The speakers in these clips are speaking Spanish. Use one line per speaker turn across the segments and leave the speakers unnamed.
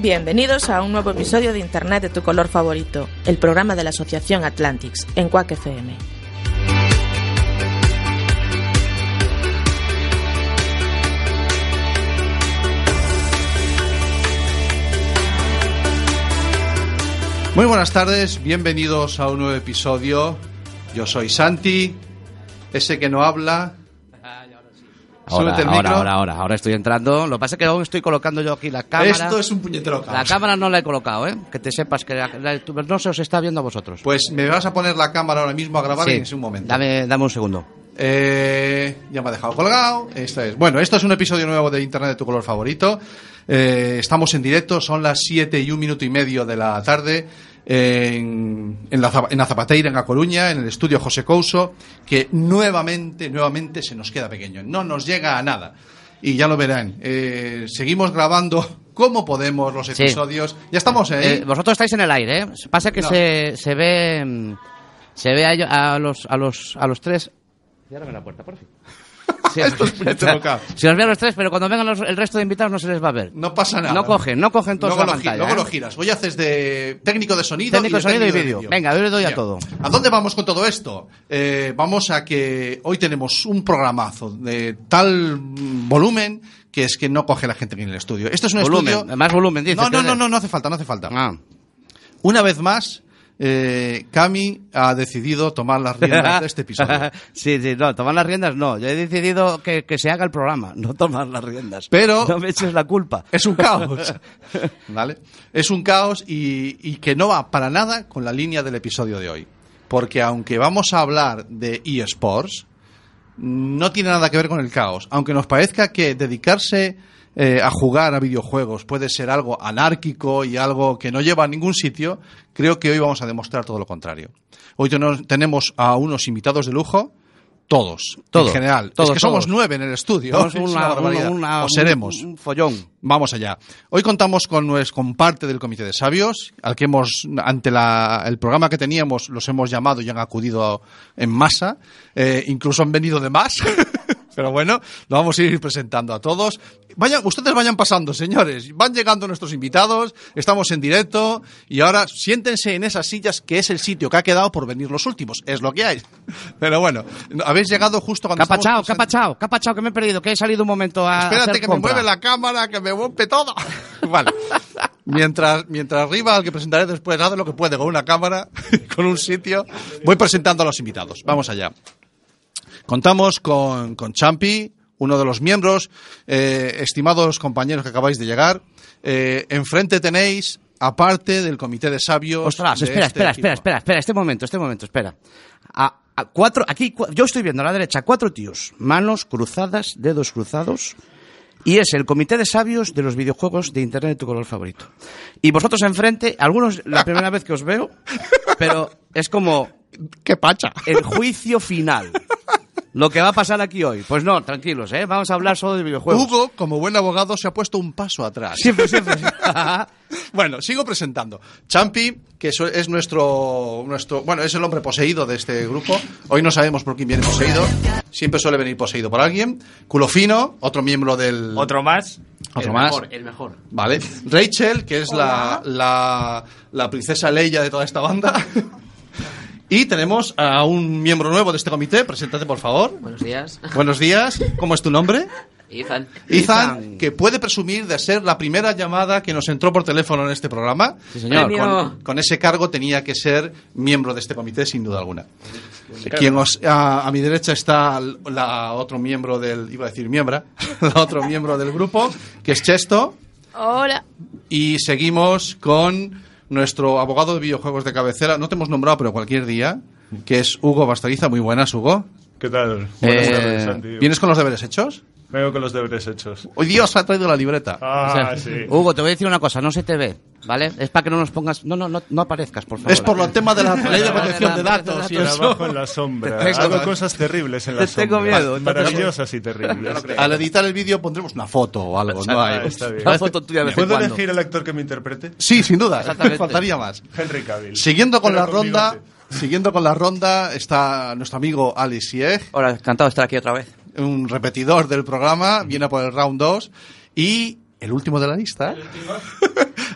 Bienvenidos a un nuevo episodio de Internet de tu color favorito, el programa de la Asociación Atlantics en Quack FM.
Muy buenas tardes, bienvenidos a un nuevo episodio. Yo soy Santi, ese que no habla.
Ahora,
Súbete el
ahora,
micro.
ahora, ahora, ahora estoy entrando. Lo que pasa es que aún estoy colocando yo aquí la cámara.
Esto es un puñetero
La
caos.
cámara no la he colocado, ¿eh? Que te sepas que la- la- tú- no se os está viendo a vosotros.
Pues me vas a poner la cámara ahora mismo a grabar
Sí.
en un momento.
Dame, dame un segundo.
Eh, ya me ha dejado colgado. Esta es. Bueno, esto es un episodio nuevo de Internet de tu color favorito. Eh, estamos en directo, son las 7 y un minuto y medio de la tarde en, en la, Zapa- en la Zapateira, en A Coruña, en el estudio José Couso, que nuevamente, nuevamente se nos queda pequeño. No nos llega a nada. Y ya lo verán. Eh, seguimos grabando como podemos los
Sí.
episodios. Ya estamos ahí.
Eh, vosotros estáis en el aire, ¿eh? Pasa que
No.
se, se ve. mm, Se ve a, ello- a los, a, los, a los tres. Ciérrame la puerta, por fin. Sí,
Esto es
porque-
puñetero caos.
se los ve a los tres, pero cuando vengan los- el resto de invitados no se les va a ver.
No pasa nada.
No cogen, no cogen todos
luego
la
lo, gi-
pantalla.
luego lo
¿eh?
giras. Hoy haces de técnico de sonido y
Técnico
de
sonido y
técnico de
vídeo. Venga, yo le doy a
Bien.
todo.
¿A dónde vamos con todo esto? Eh, vamos a que hoy tenemos un programazo de tal mm, volumen que es que no coge la gente ni en el estudio. Esto es un
Volumen,
estudio...
más volumen, dices,
No, no,
¿qué
no,
es?
no, no hace falta, no hace falta.
Ah.
Una vez más, eh, Cami ha decidido tomar las riendas de este episodio.
sí, sí, no, tomar las riendas no. Yo he decidido que, que se haga el programa, no tomar las riendas.
Pero-
No me eches la culpa.
Es un caos, ¿vale? Es un caos y, y que no va para nada con la línea del episodio de hoy. Porque aunque vamos a hablar de eSports, no tiene nada que ver con el caos. Aunque nos parezca que dedicarse eh, a jugar a videojuegos puede ser algo anárquico y algo que no lleva a ningún sitio, creo que hoy vamos a demostrar todo lo contrario. Hoy tenemos- tenemos a unos invitados de lujo. Todos,
Todos,
en general.
todos,
es que somos
todos.
nueve en el estudio.
Somos
Es
una-
barbaridad.
una-
o seremos.
Un, un follón.
Vamos allá. Hoy contamos con, nues- con parte del Comité de Sabios, al que hemos, ante la- el programa que teníamos, los hemos llamado y han acudido en masa. Eh, incluso han venido de más. Pero bueno, lo vamos a ir presentando a todos. Vayan, ustedes vayan pasando, señores. Van llegando nuestros invitados, estamos en directo y ahora siéntense en esas sillas que es el sitio que ha quedado por venir los últimos. Es lo que hay. Pero bueno, habéis llegado justo cuando estamos
Capachao,
presentando-
capachao, capachao, que me he perdido, que he salido un momento a.
Espérate
hacer
que me
compra.
mueve la cámara, que me rompe todo. vale. Mientras, mientras arriba, al que presentaré después, hace lo que puede con una cámara, con un sitio. Voy presentando a los invitados. Vamos allá. Contamos con, con Champi, uno de los miembros. Eh, estimados compañeros que acabáis de llegar, eh, enfrente tenéis, aparte del comité de sabios.
Ostras,
de
espera,
este
espera,
equipo.
espera, espera, espera, este momento, este momento, espera. A, a cuatro, aquí, cua- yo estoy viendo a la derecha cuatro tíos, manos cruzadas, dedos cruzados, y es el comité de sabios de los videojuegos de Internet de tu color favorito. Y vosotros enfrente, algunos la primera vez que os veo, pero es como
¡Qué pacha!
el juicio final. Lo que va a pasar aquí hoy. Pues no, tranquilos, ¿eh? Vamos a hablar solo de videojuegos.
Hugo, como buen abogado, se ha puesto un paso atrás.
Siempre, siempre.
Bueno, sigo presentando. Champi, que eso es nuestro, nuestro. Bueno, es el hombre poseído de este grupo. Hoy no sabemos por quién viene poseído. Siempre suele venir poseído por alguien. Culofino, otro miembro del.
Otro más.
Otro más.
el mejor.
Vale. Rachel, que es la, la, la princesa Leia de toda esta banda. Y tenemos a un miembro nuevo de este comité. Preséntate, por favor.
Buenos días.
Buenos días. ¿Cómo es tu nombre?
Ethan.
Ethan, que puede presumir de ser la primera llamada que nos entró por teléfono en este programa.
Sí, señor.
Premio.
Con, con ese cargo tenía que ser miembro de este comité, sin duda alguna. Quien os- a, a mi derecha está la otro miembro del, iba a decir miembra, la otro miembro del grupo, que es Chesto.
Hola.
Y seguimos con nuestro abogado de videojuegos de cabecera, no te hemos nombrado, pero cualquier día, que es Hugo Bastariza. Muy buenas, Hugo.
¿Qué tal?
Eh,
Buenas tardes, Santi.
¿Vienes con los deberes hechos?
Vengo con los deberes hechos.
Hoy Dios ha traído la libreta.
Ah,
O sea, uh,
sí.
Hugo, te voy a decir una cosa, no se te ve, ¿vale? Es para que no nos pongas, no, no, no, no aparezcas, por favor.
Es por los temas de la ley de protección de datos y eso.
Trabajo en la sombra.
Te tengo-
Hago cosas terribles en la
Te tengo
sombra.
miedo, no te-
Maravillosas y terribles.
Al editar el vídeo pondremos una foto o algo. ¿no?
Ah,
Ahí.
está bien.
Pues La foto tuya de vez en
¿Puedo
cuando.
elegir el actor que me interprete?
Sí, sin duda.
Exactamente.
Faltaría más.
Henry Cavill.
Siguiendo con
Pero
la ronda,
bigote.
siguiendo con la ronda está nuestro amigo Ali Sieg,
Hola, encantado de estar aquí otra vez.
un repetidor del programa, viene a por el round 2 y el último de la lista.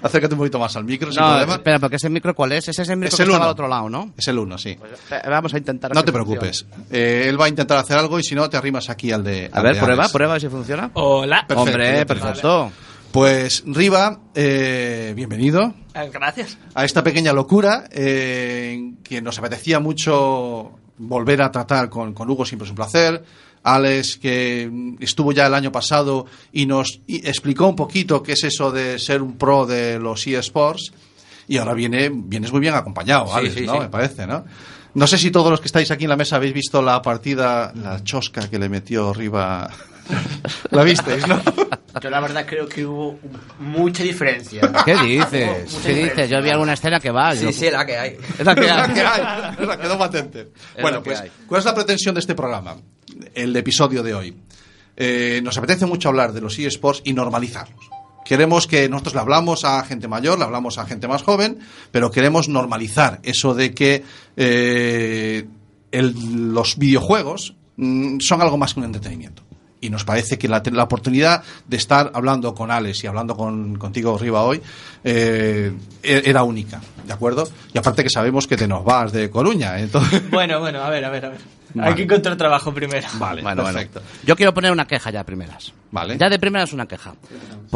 Acércate un poquito más al micro, sin
No,
problema.
espera, porque ese micro cuál es? Ese es el micro
Es
que
el
estaba
uno.
al otro lado, ¿no?
Es el 1, sí.
Eh, Vamos a intentar.
No
que
te
funcione.
preocupes. Eh, él va a intentar hacer algo y si no, te arrimas aquí al de.
A
al
ver,
de
prueba,
Alex.
prueba si funciona.
Hola.
Perfecto,
Oh, Hombre,
ya
perfecto.
Pues Riva, eh, bienvenido
Eh, Gracias.
a esta pequeña locura eh, en que nos apetecía mucho volver a tratar con, con Hugo, siempre es un placer. Alex, que mm, estuvo ya el año pasado y nos i- explicó un poquito qué es eso de ser un pro de los eSports. Y ahora viene, vienes muy bien acompañado, Alex,
sí,
¿no?
sí.
Me parece, ¿no? No sé si todos los que estáis aquí en la mesa habéis visto la partida, la chosca que le metió arriba. la visteis, ¿no?
Yo la verdad creo que hubo mucha diferencia.
¿Qué dices? ¿Qué dices? Yo vi alguna escena que va. yo-
Sí, sí, la que hay.
Es la que
Es la
hay.
que hay. Es la que no patente.
Es
bueno,
la que
pues,
hay.
¿cuál es la pretensión de este programa? El episodio de hoy. Eh, nos apetece mucho hablar de los eSports y normalizarlos. Queremos que nosotros le hablamos a gente mayor, le hablamos a gente más joven, pero queremos normalizar eso de que eh, el- los videojuegos mm, son algo más que un entretenimiento. Y nos parece que la, la oportunidad de estar hablando con Alex y hablando con, contigo arriba hoy eh, e- era única, ¿de acuerdo? Y aparte que sabemos que te nos vas de Coruña, entonces...
Bueno, bueno, a ver, a ver, a ver.
Vale.
Hay que encontrar trabajo primero.
Vale,
Bueno, bueno.
perfecto.
Yo quiero poner una queja ya de primeras.
Vale.
Ya de primeras una queja.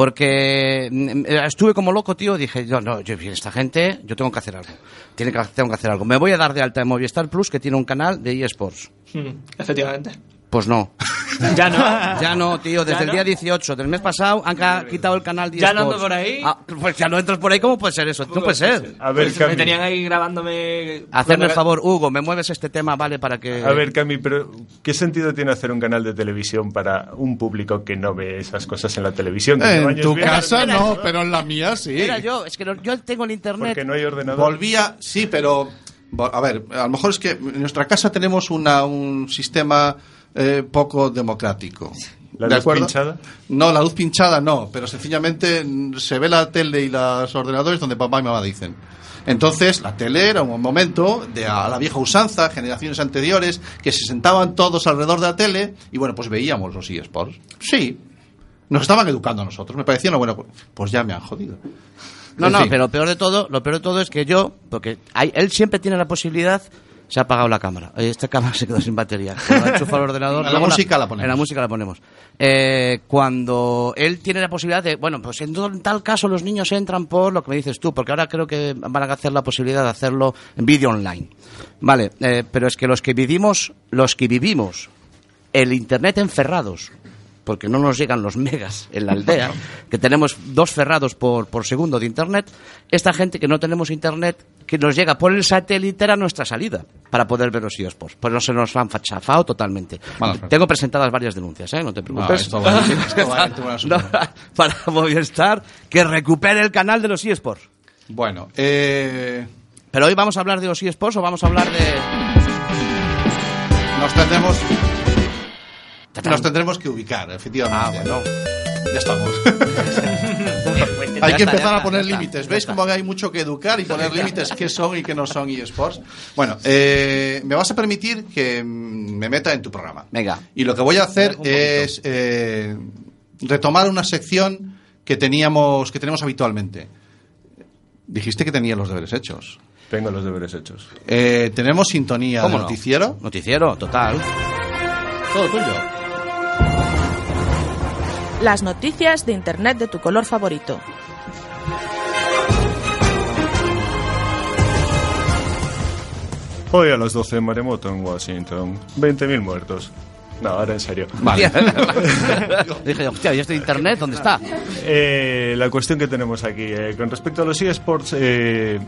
Porque mm, eh, estuve como loco, tío. Dije, yo, no, yo, esta gente, yo tengo que hacer algo. Tiene que, tengo que hacer algo. Me voy a dar de alta en Movistar Plus, que tiene un canal de eSports.
Mm, Efectivamente.
Pues no.
Ya no.
Ya no, tío. Desde
¿Ya
el
no?
día 18 del mes pasado han ca- quitado el canal de
¿Ya no
eSports.
ando por ahí?
Ah, pues ya no entras por ahí. ¿Cómo puede ser eso? No puede ser.
A ver,
Pues me
Cami.
tenían ahí grabándome.
Hacerme el
cuando-
favor, Hugo, me mueves este tema, ¿vale? Para que...
A ver, Cami, pero ¿qué sentido tiene hacer un canal de televisión para un público que no ve esas cosas en la televisión? Que no
En
bañes
tu
bien.
casa no, pero en la mía sí.
Era yo, es que no- yo tengo el internet.
Porque no hay ordenador.
Volvía, sí, pero... vo- A ver, a lo mejor es que en nuestra casa tenemos una, un sistema eh, poco democrático.
¿La
¿De
luz
acuerdo?
pinchada?
No, la luz pinchada no, pero sencillamente mm, se ve la tele y los ordenadores donde papá y mamá dicen. Entonces, la tele era un momento de a la vieja usanza, generaciones anteriores, que se sentaban todos alrededor de la tele y bueno, pues veíamos los eSports. Sí, nos estaban educando a nosotros, me parecía una buena... co- Pues ya me han jodido.
No,
En
no,
fin.
pero peor de todo, lo peor de todo es que yo, porque hay- él siempre tiene la posibilidad, se ha apagado la cámara. Oye, Esta cámara se quedó sin batería. Cuando la enchufa al ordenador.
En la
luego
música la ponemos.
En la música la ponemos. Eh, cuando él tiene la posibilidad de, bueno, pues en todo- en tal caso los niños entran por lo que me dices tú, porque ahora creo que van a hacer la posibilidad de hacerlo en vídeo online. Vale, eh, pero es que los que vivimos, los que vivimos el internet en ferrados, porque no nos llegan los megas en la aldea, que tenemos dos ferrados por, por segundo de internet, esta gente que no tenemos internet, que nos llega por el satélite era nuestra salida para poder ver los eSports. Pues no se nos han fachafado totalmente.
Mala suerte.
Tengo presentadas varias denuncias, ¿eh? no te preocupes.
No, esto va a ir- esto va a ir una
No,
superada.
para Movistar, que recupere el canal de los eSports.
Bueno, eh,
Pero hoy vamos a hablar de los eSports o vamos a hablar de...
nos tendremos... Nos tendremos que ubicar,
Ah,
efectivamente. Ya estamos. hay
Ya
que
está, ya
empezar a
está,
poner
ya está,
límites.
ya
¿Veis
está.
cómo hay mucho que educar y poner límites qué son y qué no son eSports? Bueno, eh, me vas a permitir que mm, me meta en tu programa.
Venga.
Y lo que voy a hacer
Deja un poquito.
es eh, retomar una sección que teníamos que tenemos habitualmente. Dijiste que tenía los deberes hechos.
Tengo los deberes hechos.
Eh, tenemos sintonía de
¿Cómo no?
noticiero.
Noticiero, total.
Todo tuyo.
Las noticias de Internet de tu color favorito.
Hoy a las 12, maremoto en Washington. 20.000 muertos. No, ahora en serio.
Vale.
Dije, hostia, ¿y este internet dónde está?
Eh, la cuestión que tenemos aquí, eh, con respecto a los eSports, eh,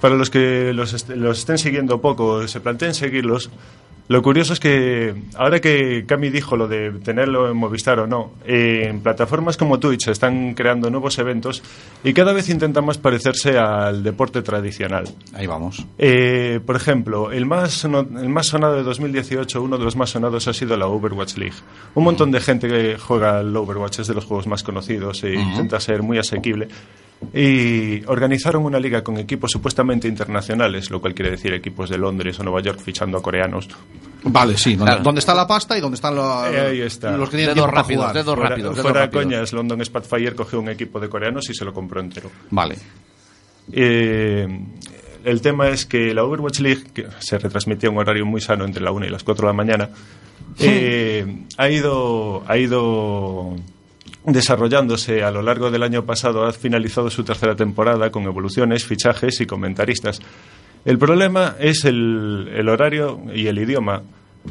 para los que los, est- los estén siguiendo poco, se planteen seguirlos, Lo curioso es que ahora que Cami dijo lo de tenerlo en Movistar o no, eh, en plataformas como Twitch se están creando nuevos eventos y cada vez intentan más parecerse al deporte tradicional.
Ahí vamos.
Eh, por ejemplo, el más, no- el más sonado de 2018, uno de los más sonados ha sido la Overwatch League. Un montón de gente que juega al Overwatch, es de los juegos más conocidos e intenta ser muy asequible. Y organizaron una liga con equipos supuestamente internacionales, lo cual quiere decir equipos de Londres o Nueva York fichando a coreanos.
Vale, sí. Donde,
Claro.
donde está la pasta y donde están los,
Eh, ahí está.
los que tienen
Dedos
tiempo para
rápidos,
jugar.
dedos
fuera
rápidos. dedos
fuera
rápidos.
coñas, London Spitfire cogió un equipo de coreanos y se lo compró entero.
Vale.
Eh, el tema es que la Overwatch League, que se retransmitía a un horario muy sano entre la 1 y las 4 de la mañana, eh, ha ido. Ha ido desarrollándose a lo largo del año pasado, ha finalizado su tercera temporada con evoluciones, fichajes y comentaristas. El problema es el, el horario y el idioma,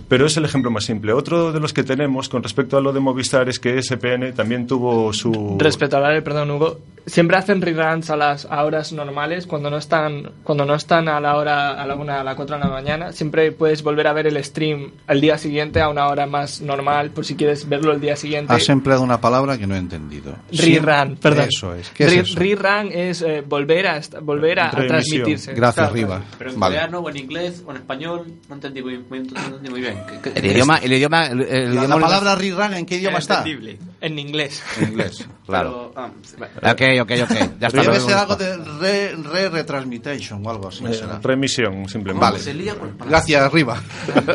pero es el ejemplo más simple. Otro de los que tenemos con respecto a lo de Movistar es que SPN también tuvo su...
Respecto al horario, perdón, Hugo, siempre hacen reruns a las a horas normales, cuando no están, cuando no están a la hora, a la una, a la cuatro de la mañana, siempre puedes volver a ver el stream al día siguiente a una hora más normal, por si quieres verlo el día siguiente.
Has empleado una palabra que no he entendido.
Rerun, perdón.
Eso es. ¿Qué es
Re-
eso?
Rerun es eh, volver a, est- volver a, a
Reemisión.
transmitirse.
Gracias,
Claro.
Riva.
Pero en
Vale.
coreano, o en inglés, o en español, no entendí muy, muy- no entendí muy bien. ¿Qué- qué-
El idioma, el idioma, el, el
La,
idioma
la palabra rerun, ¿en qué idioma está?
Entendible.
En inglés.
en inglés, claro.
Pero, ah, sí, vale.
Ok, ok, ok. Ya está.
Debe
lo
ser
vemos.
algo de re, re retransmitation o algo así.
eh,
será.
remisión, simplemente.
Vale.
Se lía con las palabras.
Gracias, Riva.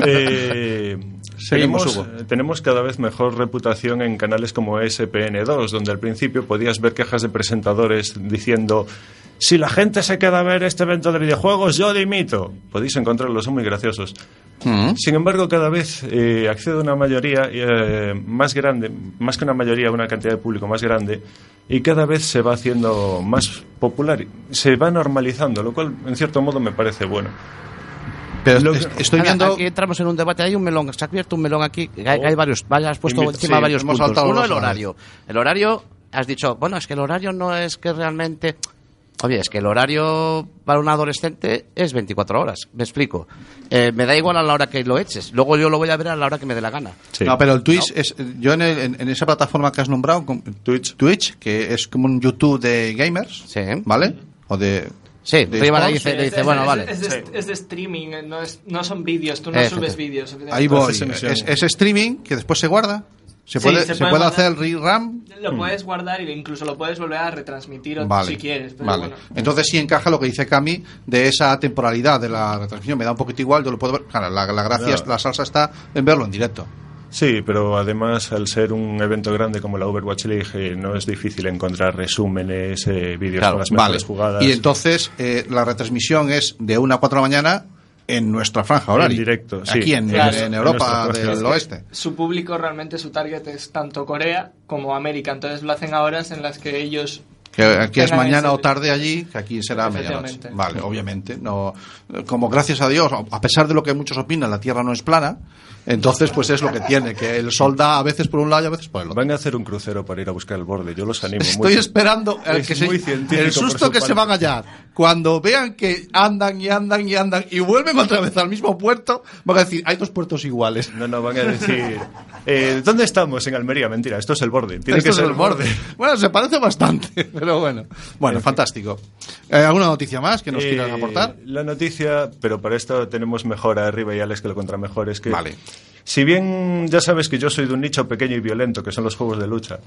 Eh,
Seguimos,
tenemos-
Hugo.
Tenemos cada vez mejor reputación en canales como SPN2, donde al principio podías ver quejas de presentadores diciendo si la gente se queda a ver este evento de videojuegos, yo dimito. Podéis encontrarlos, son muy graciosos.
Mm.
Sin embargo, cada vez eh, accede una mayoría eh, más grande, más que una mayoría, una cantidad de público más grande, y cada vez se va haciendo más popular, se va normalizando, lo cual en cierto modo me parece bueno.
Pero
Lo-
est- estoy
Nada,
viendo.
Aquí entramos en un debate. Hay un melón, se ha abierto un melón aquí. que Hay,
Oh.
hay varios. vaya, Has puesto
Invito-
encima
sí,
varios
hemos
puntos.
saltado
Uno,
los
el
dos.
horario. El horario, has dicho, bueno, es que el horario no es que realmente. Oye, es que el horario para un adolescente es 24 horas. Me explico. Eh, me da igual a la hora que lo eches. Luego yo lo voy a ver a la hora que me dé la gana.
Sí.
No, pero el Twitch es. Yo en, el- en- en esa plataforma que has nombrado, con-
Twitch.
Twitch, que es como un YouTube de gamers,
Sí.
¿vale? O de.
Sí,
de
Riva le
sports.
dice, le dice, bueno, vale.
Es, de, es de streaming, eh, no, es- no son vídeos, tú no
Efecto.
subes vídeos.
Ahí voy. Es,
Entonces, emisión.
es streaming que después se guarda. Se
Sí,
puede,
se
se
puede
puede
guardar.
hacer rerun.
Lo puedes guardar e incluso lo puedes volver a retransmitir o-
Mm. Vale.
si quieres. Pero
vale.
bueno.
Entonces sí encaja lo que dice Cami de esa temporalidad de la retransmisión. Me da un poquito igual, yo lo puedo ver. Claro, la, la gracia,
No.
es- la salsa está en verlo en directo.
Sí, pero además al ser un evento grande como la Overwatch League eh, no es difícil encontrar resúmenes, eh, vídeos
Claro,
con las
Vale.
mejores jugadas.
Y entonces eh, la retransmisión es de 1 a 4 de la mañana en nuestra franja horaria.
directo, sí.
Aquí en,
Claro.
en
En
Europa
nuestra franja.
del oeste.
Su público realmente, su target es tanto Corea como América, entonces lo hacen a horas en las que ellos...
Que aquí es
Tengan
mañana
ese-
o tarde allí, que aquí será a medianoche.
Efectivamente.
Vale, obviamente. No, como gracias a Dios, a pesar de lo que muchos opinan, la Tierra no es plana, entonces pues es lo que tiene, que el sol da a veces por un lado y a veces por el otro.
Van a hacer un crucero para ir a buscar el borde, yo los animo
Estoy
mucho.
esperando el,
pues, Es
que se-
muy científico
el
por
susto
su
que se
parte.
van a hallar. Cuando vean que andan y andan y andan y vuelven otra vez al mismo puerto, van a decir, hay dos puertos iguales.
No, no, van a decir... eh, ¿Dónde estamos? En Almería, mentira, esto es el borde. Tiene
Esto
que
es
ser
el borde. Bueno, se parece bastante, pero bueno. Bueno, fantástico. Eh, ¿Alguna noticia más que nos
Eh,
quieras aportar?
La noticia, pero para esto tenemos mejor a Riva y Alex que lo contramejor, es que...
Vale.
Si bien ya sabes que yo soy de un nicho pequeño y violento, que son los juegos de lucha,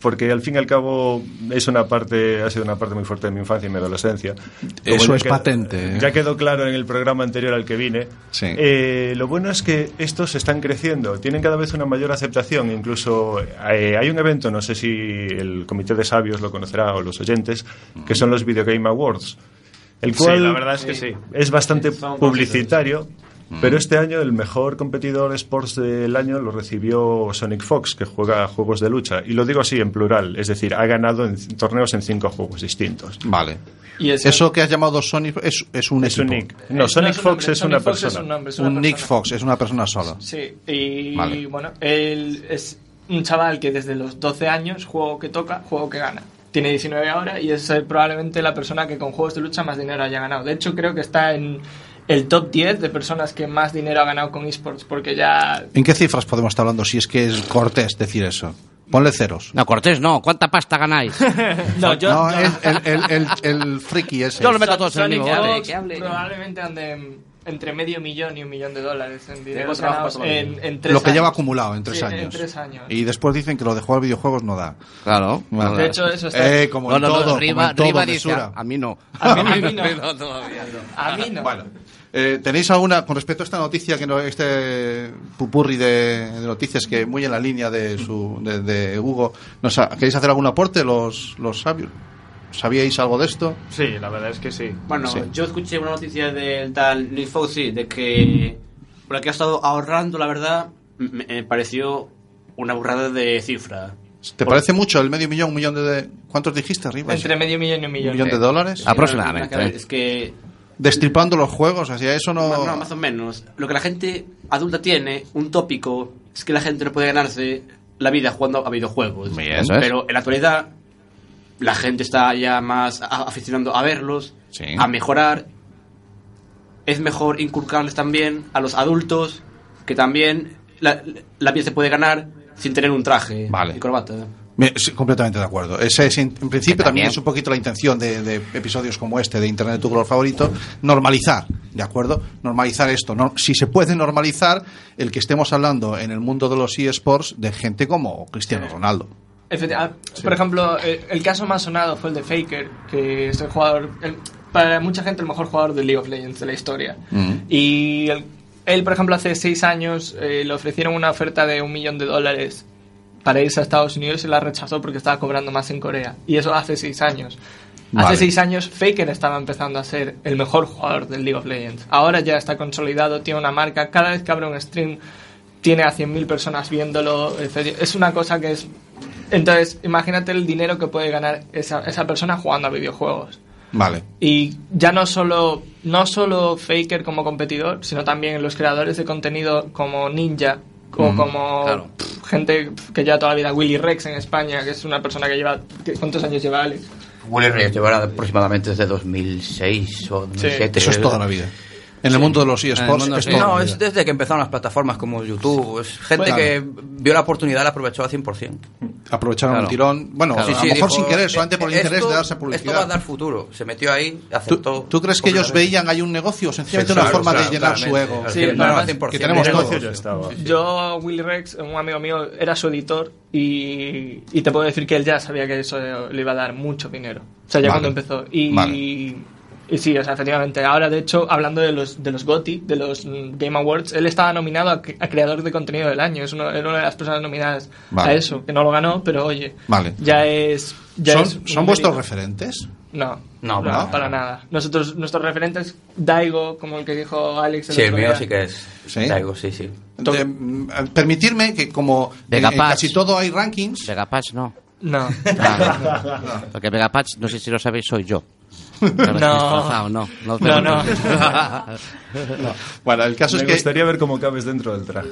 porque al fin y al cabo es una parte, ha sido una parte muy fuerte de mi infancia y mi adolescencia. Como
Eso
ya
es patente, ¿eh?
Ya quedó claro en el programa anterior al que vine.
Sí.
Eh, lo bueno es que estos están creciendo, tienen cada vez una mayor aceptación. Incluso eh, hay un evento, no sé si el comité de sabios lo conocerá o los oyentes, que son los Video Game Awards. El
Sí,
cual
la verdad es que sí.
es bastante
Son
publicitario, pero este año el mejor competidor sports del año lo recibió Sonic Fox, que juega a juegos de lucha. Y lo digo así en plural, es decir, ha ganado en c- torneos en cinco juegos distintos.
Vale.
Y es-
Eso que has llamado Sonic es, es un
Es un
equipo.
Nick. No,
Eh,
Sonic
es un
Fox
nombre,
es
Sonic
una
Fox es
persona.
un nombre, es una
Un Nick
persona.
Fox, es una persona sola.
Sí, y
Vale.
bueno, él es un chaval que desde los 12 años, juego que toca, juego que gana. Tiene 19 ahora y es eh, probablemente la persona que con juegos de lucha más dinero haya ganado. De hecho, creo que está en, el top 10 de personas que más dinero ha ganado con esports, porque ya
¿En qué cifras podemos estar hablando si es que es cortés decir eso? Ponle ceros.
No, Cortés, no. ¿Cuánta pasta ganáis?
No, yo.
No, el, el, el, el, el friki ese.
Yo lo meto a todos en el
Sonic
mismo.
Box
¿vale?
hable, que hable.
probablemente ande entre medio millón y un millón de dólares en dinero
Tengo trabajo
ganados
por lo
en,
menos.
en tres
Lo que lleva
años.
acumulado en tres
Sí, en
años.
tres años.
Y después dicen que lo de jugar videojuegos no da.
Claro.
Vale.
De hecho, eso está-
Eh, como
no,
en
no, no,
todo,
Riva-
como en todo,
Riva dice,
mesura.
a mí no.
A mí- a mí no.
No, todavía no.
A mí no.
Bueno, eh, ¿tenéis alguna, con respecto a esta noticia, que no, este pupurri de, de noticias que muy en la línea de, su, de, de Hugo, nos ha- ¿queréis hacer algún aporte, los, los sabios? ¿Sabíais algo de esto?
Sí, la verdad es que sí.
Bueno,
Sí.
yo escuché una noticia del tal Nick Fauci de que por aquí ha estado ahorrando, la verdad, me, me pareció una burrada de cifra.
¿Te
Por-
parece mucho el medio millón, un millón de... de- ¿Cuántos dijiste arriba?
Entre medio millón y un
¿Un
millón.
millón de dólares?
Sí,
Aproximadamente,
no, no,
¿eh?
Es que
Destripando los juegos, así eso no...
Bueno, no, más o menos. Lo que la gente adulta tiene, un tópico, es que la gente no puede ganarse la vida jugando a videojuegos.
Bien, eso es.
Pero en la actualidad, la gente está ya más a- aficionando a verlos,
Sí.
a mejorar. Es mejor inculcarles también a los adultos que también la, la vida se puede ganar sin tener un traje
Vale.
y corbata.
Me- sí, completamente de acuerdo. Ese es, en en principio
Que también-
también, es un poquito la intención de, de episodios como este de Internet de tu color favorito, normalizar, ¿de acuerdo? Normalizar esto. No- si se puede normalizar el que estemos hablando en el mundo de los eSports de gente como Cristiano Ronaldo.
Efecti- ah, Por ejemplo, eh, el caso más sonado fue el de Faker, que es el jugador, el- para mucha gente el mejor jugador de League of Legends de la historia. Y el- él, por ejemplo, hace seis años eh, le ofrecieron una oferta de un millón de dólares para irse a Estados Unidos y la rechazó porque estaba cobrando más en Corea. Y eso hace seis años.
Vale.
Hace seis años Faker estaba empezando a ser el mejor jugador del League of Legends. Ahora ya está consolidado, tiene una marca. Cada vez que abre un stream tiene a 100.000 personas viéndolo. etc. Es una cosa que es... Entonces, imagínate el dinero que puede ganar esa, esa persona jugando a videojuegos.
Vale.
Y ya no solo, no solo Faker como competidor, sino también los creadores de contenido como Ninja o como
claro.
pf, gente pf, que lleva toda la vida, Willy Rex en España, que es una persona que lleva... que- ¿Cuántos años lleva Alex?
Willy Reyes eh, llevará aproximadamente desde 2006 o 2007.
Eso es toda la vida. En el mundo de los
En el
eSports
mundo
es
sí.
toda
No,
la
es
vida.
desde que empezaron las plataformas como YouTube. Es gente
Claro.
que vio la oportunidad y la aprovechó al 100%.
Aprovecharon
Claro.
el tirón. Bueno, a,
Claro. Sí,
a
sí,
lo mejor
dijo,
sin querer,
"Eh,
solamente por el
eh,
interés
esto-
de darse
Esto va a
publicidad.
dar futuro. Se metió ahí,
¿Tú,
aceptó.
tú crees que ellos
completamente.
veían hay un negocio? Sencillamente
Sí,
una
claro,
forma
claro,
de llenar su
claramente.
ego.
Sí,
Que no,
además,
100%,
que tenemos
el
todo.
negocio
ya estaba.
Yo, Willy Rex, un amigo mío, era su editor y, y te puedo decir que él ya sabía que eso le iba a dar mucho dinero. O sea, ya
Vale.
cuando empezó. Y,
Vale.
y sí, o sea, efectivamente. Ahora, de hecho, hablando de los, de los GOTY, de los mm, Game Awards, él estaba nominado a, cre- a Creador de Contenido del Año. Es uno, era una de las personas nominadas
Vale.
a eso, que no lo ganó, pero oye,
Vale.
ya es... Ya
¿Son,
es un
son vuestros
mérito.
referentes?
No,
No,
no,
para
para, nada. Nosotros, nuestros referentes, Daigo, como el que dijo Alex.
Sí, el
otro
mío
día.
sí que es.
Sí.
Daigo, sí, sí.
De- mm, permitirme que como en- en,
Vegapatch.
casi todo hay rankings
Vegapatch no.
No.
Ah, no. Porque Vegapatch, no sé si lo sabéis, soy yo. No. Disfrazado, no. No,
No, no.
bueno el caso
Me
es que
gustaría ver cómo cabes dentro del traje.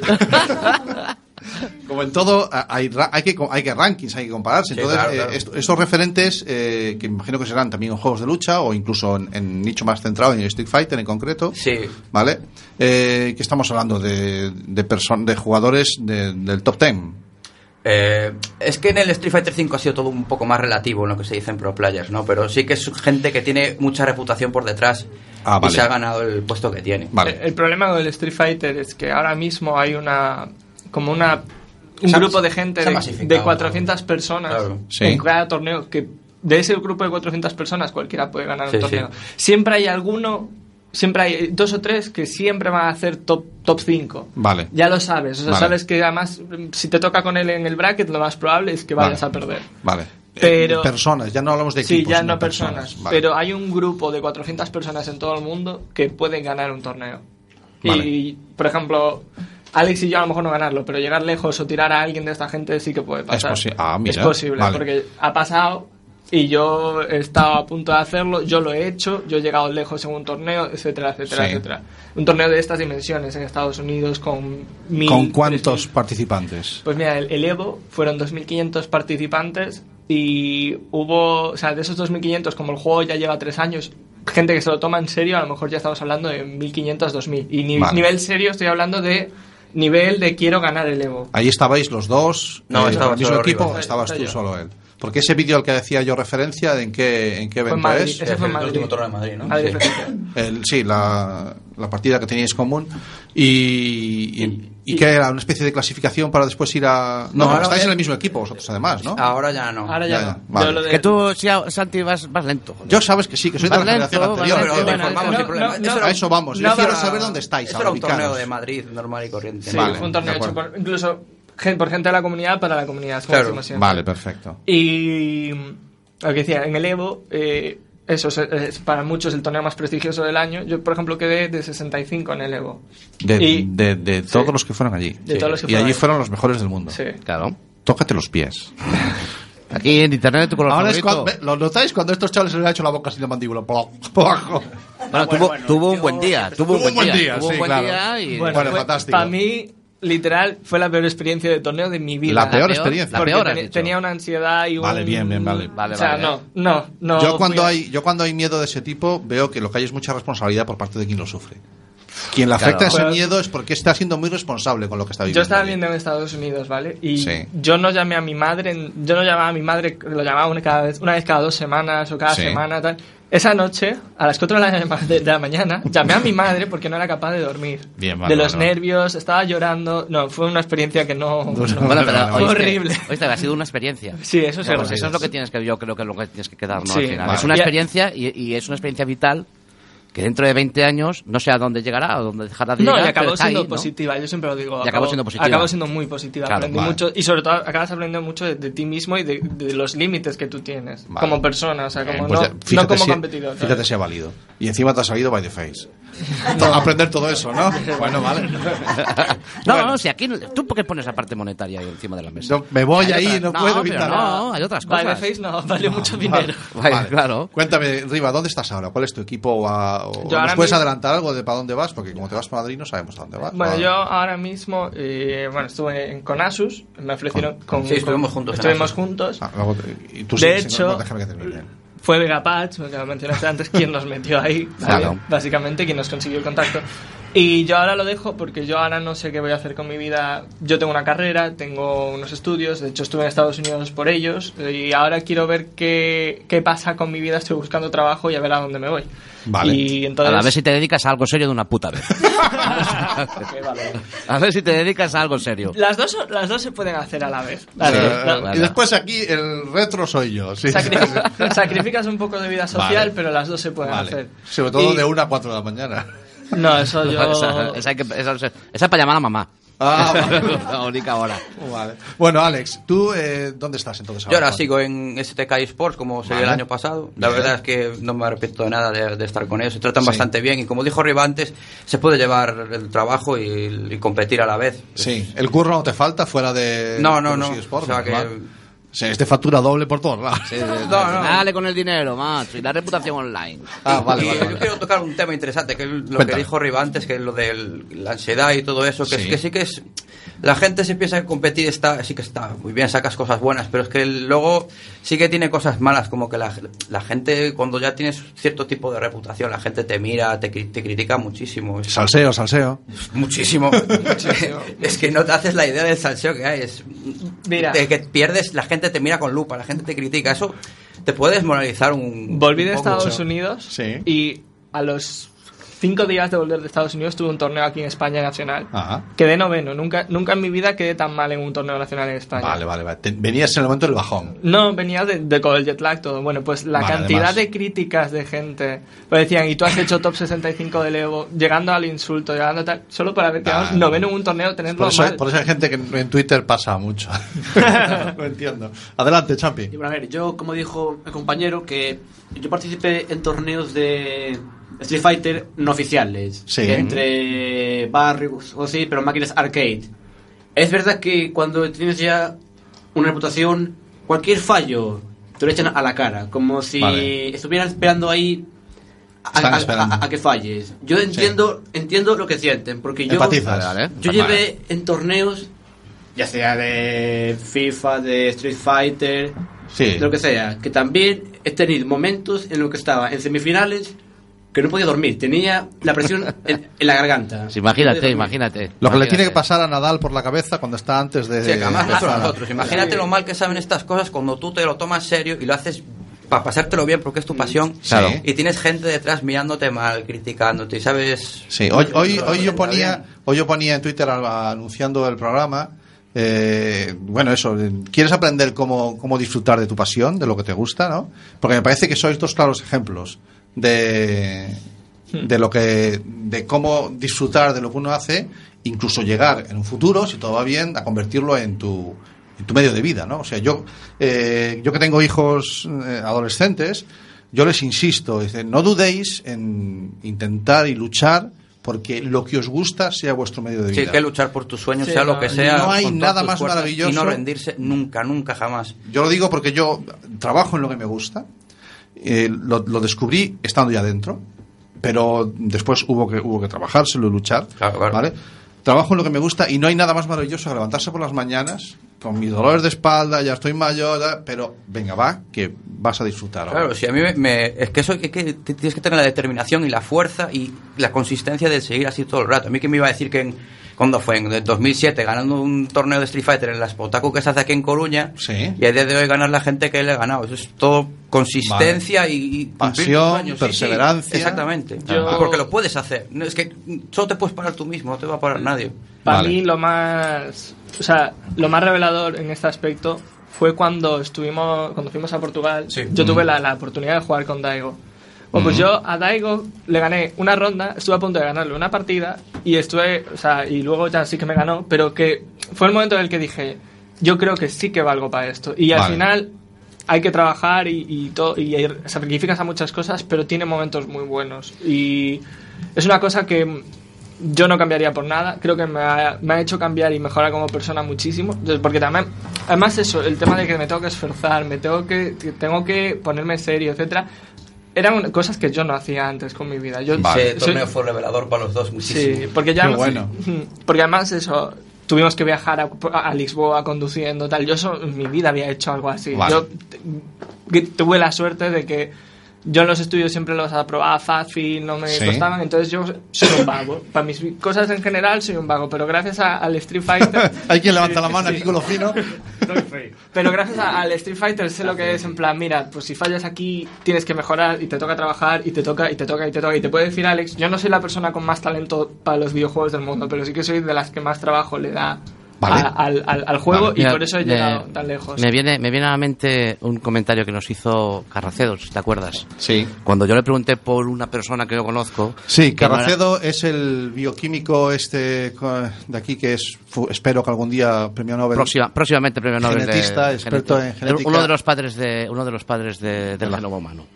como en todo a- hay, ra- hay que co- hay que rankings hay que compararse
Sí,
entonces
claro,
eh,
claro.
est- esos referentes eh, que imagino que serán también en juegos de lucha o incluso en, en nicho más centrado en el Street Fighter en concreto
Sí.
vale Eh, que estamos hablando de de, person- de jugadores de- del top 10
Eh, es que en el Street Fighter V ha sido todo un poco más relativo en lo que se dice en Pro Players, ¿no? Pero sí que es gente que tiene mucha reputación por detrás
Ah, vale.
y se ha ganado el puesto que tiene.
vale
Eh, El problema con el Street Fighter es que ahora mismo hay una. como una. un
Se ha-
grupo de gente
se ha
de,
masificado,
de 400 personas
Claro.
Sí.
en cada torneo que de ese grupo de 400 personas cualquiera puede ganar
Sí,
un
sí.
torneo. Siempre hay alguno, siempre hay dos o tres que siempre van a hacer top top 5.
Vale.
Ya lo sabes, o sea,
Vale.
sabes que además mm, si te toca con él en el bracket lo más probable es que vayas
Vale.
a perder.
vale
Pero-
Eh, personas ya no hablamos de
Sí,
equipos
ya
sino
no personas.
Vale.
Pero hay un grupo de 400 personas en todo el mundo que pueden ganar un torneo. Y,
Vale.
por ejemplo, Alex y yo a lo mejor no ganarlo, pero llegar lejos o tirar a alguien de esta gente sí que puede pasar.
posi- ah, mira,
Es posible,
vale.
porque ha pasado y yo he estado a punto de hacerlo, yo lo he hecho, yo he llegado lejos en un torneo, etcétera, etcétera,
Sí.
etcétera. Un torneo de estas dimensiones en Estados Unidos con mil...
con
tres mil
cuántos participantes
pues mira, el, el Evo fueron 2.500 participantes Y hubo, o sea, de esos 2.500, como el juego ya lleva tres años, gente que se lo toma en serio, a lo mejor ya estamos hablando de 1.500, 2.000. Y ni-
Vale.
nivel serio estoy hablando de nivel de quiero ganar el Evo.
Ahí estabais los dos,
No,
eh,
estaba
el mismo
solo
equipo,
Rivas.
estabas
Está
tú
yo.
solo él. Porque ese vídeo al que hacía yo referencia, ¿en qué, en qué
Fue en
evento
Madrid,
es?
ese fue en
El
Madrid.
último torneo de Madrid, ¿no?
Madrid
Sí.
Presidencia.
El- sí, la, la partida que teníais común. Y, y, y que era una especie de clasificación para después ir a. No,
No, ahora-
estáis en el mismo equipo vosotros, además, ¿no?
Ah.
Ahora ya no.
Ahora
Ya,
ya,
ya,
no.
vale.
Yo lo de-
Que tú, sí, Santi, vas, vas lento. joder.
Yo sabes que sí, que soy de la
Vas lento,
generación
vas
anterior. eh,
pero
lento,
pero-
te informamos
no,
sin problema.
no, no.
Eso era
a
un-
eso vamos. Yo
No,
quiero
pero-
saber dónde estáis.
Eso era un
ahora,
torneo
ubicados.
de Madrid normal y corriente.
Sí,
Vale,
fue un torneo
de
hecho
acuerdo.
por, incluso gen- por gente de la comunidad para la comunidad. como
Claro,
decimos siempre.
Vale, perfecto.
Y mm, lo que decía, en el Evo, eh, eso es, es para muchos el torneo más prestigioso del año. Yo, por ejemplo, quedé de 65 en el Evo.
De,
Y-
de- de todos
sí.
los que fueron allí.
De todos los que
y
fueron
allí
allí.
fueron los mejores del mundo.
Sí.
Claro.
Tócate los pies.
Aquí en internet tu color
Ahora es
favorito.
cuando, ve, ¿Lo notáis cuando a estos chavales se les ha hecho la boca sin la mandíbula? Por abajo.
Bueno, tuvo, tuvo un buen día. Tuvo un buen día. Tuvo
sí,
un buen
claro.
día y...
Bueno, fantástico.
Para mí, literal, fue la peor experiencia de torneo de mi vida.
La peor
la
experiencia.
La
Porque
peor, has
teni-
dicho.
tenía una ansiedad y un...
Vale, bien, bien, vale.
Vale,
o sea,
vale.
no, no, no.
yo cuando
fui-
hay yo cuando hay miedo de ese tipo veo que lo que hay es mucha responsabilidad por parte de quien lo sufre. Quien le afecta
Claro.
ese
Pero-
miedo es porque está siendo muy responsable con lo que está viviendo.
Pues- Yo estaba
allí.
viendo en Estados Unidos, ¿vale? Y
Sí.
yo no llamé a mi madre, en- yo no llamaba a mi madre, lo llamaba una, cada vez, una vez cada dos semanas o cada
Sí.
semana, tal. Esa noche, a las 4 de la, ma- de, de la mañana, llamé a mi madre porque no era capaz de dormir.
Bien, vale,
de los
vale, vale.
nervios, estaba llorando. No, fue una experiencia que no...
Dos-
no-
Bueno, pero
Vale,
vale.
oíste,
Horrible.
Oíste, ha sido una experiencia.
Sí, eso es
Pues
verdad.
eso es lo que tienes que yo creo que es lo que tienes que quedar, ¿no?
Sí.
Al final.
Vale.
Es una
Y-
experiencia y, y es una experiencia vital que dentro de 20 años no sé a dónde llegará o dónde dejará de
No,
llegar.
y
pero
acabó
está
siendo
ahí, ¿no?
positiva, yo siempre lo digo.
Y acabó siendo positiva.
Acabó siendo muy positiva.
Claro,
aprendí
vale.
mucho y sobre todo acabas aprendiendo mucho de, de ti mismo y de, de los límites que tú tienes
Vale.
como persona, o sea,
Bien,
como
pues
no,
ya, fíjate
no como
si-
competidor. ¿sabes?
Fíjate si ha valido. Y encima te ha salido by the face. To- Aprender todo eso, ¿no? Bueno, vale.
No,
Bueno.
no, si aquí. no- ¿Tú por qué pones la parte monetaria ahí encima de la mesa?
Yo me voy
Hay
ahí,
otra-
no puedo
pero
evitar
No, hay otras
By
cosas.
the face no, valió mucho dinero.
Vale, claro.
Cuéntame, Riva, ¿dónde estás ahora? ¿Cuál es tu equipo? O a- o
Yo
¿Nos
ahora
puedes
mismo-
adelantar algo de para dónde vas? Porque como te vas para Madrid no sabemos a dónde vas.
Bueno,
Ah,
yo ahora mismo, eh, bueno, estuve en, con Asus, me ofrecieron con...
Sí, estuvimos juntos en
Estuvimos
Asus.
juntos.
ah, luego te- y tú
De
sigues, si no,
hecho-
no, déjame que termine.
Fue Vegapatch, que lo mencionaste antes, quien nos metió ahí, ¿vale?
Claro.
básicamente, quien nos consiguió el contacto. Y yo ahora lo dejo porque yo ahora no sé qué voy a hacer con mi vida. Yo tengo una carrera, tengo unos estudios, de hecho estuve en Estados Unidos por ellos y ahora quiero ver qué, qué pasa con mi vida, estoy buscando trabajo y a ver a dónde me voy.
Vale.
Y
A
entonces...
la vez si te dedicas a algo serio de una puta vez.
Qué valor.
A ver si te dedicas a algo serio.
Las dos, las dos se pueden hacer a la vez.
Eh,
Vale, la-
y
vale.
después aquí el retro soy yo. sí.
Sacrificas, sacrificas un poco de vida social,
Vale.
pero las dos se pueden
Vale.
hacer.
Sobre todo
Y-
de 1 a 4 de la mañana.
No, eso yo.
Esa, esa hay que- esa- esa es para llamar a mamá.
Ah, vale.
La única hora.
Vale. Bueno, Alex, ¿tú eh, dónde estás entonces
Yo ahora
Juan?
sigo en STK Sports como se dio el
Vale.
año pasado. La
Bien.
verdad es que no me arrepiento de nada de, de estar con ellos. Se tratan
Sí.
bastante bien y como dijo Riva antes, se puede llevar el trabajo y, y competir a la vez.
Sí, el curro no te falta fuera de.
No, no,
de
no.
Lucy Sport,
O sea que-
normal. Sí, es de factura doble por todos lados.
No, no.
Dale con el dinero, macho. Y la reputación online.
Ah, vale,
Y
vale,
Yo
vale.
quiero tocar un tema interesante, que es lo
Cuéntame.
que dijo Riva antes, que es lo de la ansiedad y todo eso, que
Sí.
es que sí que es... La gente se piensa que competir está, sí que está muy bien, sacas cosas buenas, pero es que luego sí que tiene cosas malas, como que la, la gente, cuando ya tienes cierto tipo de reputación, la gente te mira, te, cri- te critica muchísimo. Es-
Salseo, salseo.
Muchísimo. es que no te haces la idea del salseo que hay. Es,
Mira.
De que pierdes, la gente te mira con lupa, la gente te critica. Eso te puede desmoralizar un.
Volví de
un poco.
Estados Unidos
Sí.
y a los cinco días de volver de Estados Unidos tuve un torneo aquí en España nacional.
Ajá.
Quedé noveno. Nunca, nunca en mi vida quedé tan mal en un torneo nacional en España.
Vale, vale, vale. Te- venías en el momento del bajón.
No, venía de, de con el jet lag todo. Bueno, pues la
Vale,
cantidad
además.
de críticas de gente. Pues decían, y tú has hecho top 65 del Evo, llegando al insulto, llegando a tal, solo para haber quedado
Vale.
noveno en un torneo, tenerlo
Por eso,
mal.
por eso hay gente que en Twitter pasa mucho. Lo entiendo. Adelante, Champi.
Y, bueno, a ver, yo, como dijo el compañero, que yo participé en torneos de Street Fighter no oficiales.
Sí.
Entre barrios o sí, pero máquinas arcade. Es verdad que cuando tienes ya una reputación, cualquier fallo te lo echan a la cara. Como si
Vale.
estuvieran esperando ahí a,
Están
a-
esperando.
a- a que falles. Yo entiendo, entiendo lo que sienten, porque yo...
Empatizas.
Vale, vale.
Yo
Vale.
llevé en torneos, ya sea de FIFA, de Street Fighter,
Sí.
lo que sea. Que también he tenido momentos en los que estaba en semifinales que no podía dormir, tenía la presión en, en la garganta.
Sí, imagínate, imagínate.
Lo que le
Imagínate.
tiene que pasar a Nadal por la cabeza cuando está antes de.
eh. Sí, que además
empezar
nosotros,
a-
nosotros. Imagínate lo mal que saben estas cosas cuando tú te lo tomas serio y lo haces para pasártelo bien porque es
Mm,
tu pasión.
Claro.
Y tienes gente detrás mirándote mal, criticándote y sabes...
Sí, hoy, hoy,
Eso
hoy yo
está
ponía
bien.
hoy yo ponía en Twitter a- anunciando el programa. eh, bueno, eso, eh, ¿quieres aprender cómo, cómo disfrutar de tu pasión, de lo que te gusta, no? Porque me parece que sois dos claros ejemplos de, de lo que de cómo disfrutar de lo que uno hace, incluso llegar en un futuro, si todo va bien, a convertirlo en tu en tu medio de vida, ¿no? O sea, yo eh, yo que tengo hijos eh, adolescentes, yo les insisto, dicen, no dudéis en intentar y luchar porque lo que os gusta sea vuestro medio de
Sí,
vida.
que luchar por tus sueños,
Sí,
sea
no,
lo que sea.
no hay
con todas
nada
tus
más
fuerzas Y
maravilloso.
no rendirse nunca, nunca, jamás.
Yo lo digo porque yo trabajo en lo que me gusta. eh, lo, lo descubrí estando ya dentro, pero después hubo que, hubo que trabajárselo y luchar.
Claro, claro.
¿vale? Trabajo en lo que me gusta y no hay nada más maravilloso que levantarse por las mañanas con mis dolores de espalda, ya estoy mayor, ya- pero venga, va, que vas a disfrutar. ahora.
Claro, sí, a mí me, me- es que eso es que t- tienes que tener la determinación y la fuerza y la consistencia de seguir así todo el rato. A mí que me iba a decir que en, cuando fue en el 2007 ganando un torneo de Street Fighter en las Potaco que se hace aquí en Coruña
Sí.
y a día de hoy ganar la gente que le ha ganado. Eso es todo consistencia y, y cumplir tus
Pasión,
sueños. Sí, sí,
perseverancia.
exactamente.
Yo-
Porque lo puedes hacer. No, es que solo te puedes parar tú mismo, no te va a parar nadie.
Para
Vale.
mí lo más, o sea, lo más revelador en este aspecto fue cuando estuvimos, cuando fuimos a Portugal.
Sí.
Yo tuve la, la oportunidad de jugar con Daigo. Bueno, pues yo a Daigo le gané una ronda, estuve a punto de ganarle una partida y estuve, o sea, y luego ya sí que me ganó, pero que fue el momento en el que dije, yo creo que sí que valgo para esto. Y al
Vale.
final hay que trabajar y, y, to- y hay- sacrificas a muchas cosas, pero tiene momentos muy buenos. Y es una cosa que yo no cambiaría por nada. Creo que me ha, me ha hecho cambiar y mejorar como persona muchísimo. Entonces, Porque también, además eso, el tema de que me tengo que esforzar, me tengo que, que tengo que ponerme serio, etcétera, eran una- cosas que yo no hacía antes con mi vida. Yo
Ese
soy-
torneo fue revelador para los dos muchísimo.
Sí, porque ya
Qué
además-
bueno.
porque además eso tuvimos que viajar a, a Lisboa conduciendo tal. Yo eso, en mi vida había hecho algo así.
Vale.
Yo t- que tuve la suerte de que yo en los estudios siempre los aprobaba fácil, no me
Sí.
costaban, entonces yo soy un vago. Para mis cosas en general soy un vago, pero gracias a- al Street Fighter
hay quien levanta la mano aquí con lo fino.
pero gracias a- al Street Fighter sé lo que es en plan, mira, pues si fallas aquí tienes que mejorar y te toca trabajar y te toca y te toca y te toca y te puede decir Alex, yo no soy la persona con más talento para los videojuegos del mundo, pero sí que soy de las que más trabajo le da
Vale.
a- al, al- al juego
Vale.
y
Mira,
por eso he
me-
llegado tan lejos.
Me viene, me viene a la mente un comentario que nos hizo Carracedo, si te acuerdas.
Sí.
Cuando yo le pregunté por una persona que yo conozco.
Sí,
que no era-
Carracedo es el bioquímico este co- de aquí que es, fu- espero que algún día premio Nobel.
próxima- próximamente premio Nobel de-
Genetista,
de
experto en genética.
Uno de los padres de uno de los padres de- del genoma humano.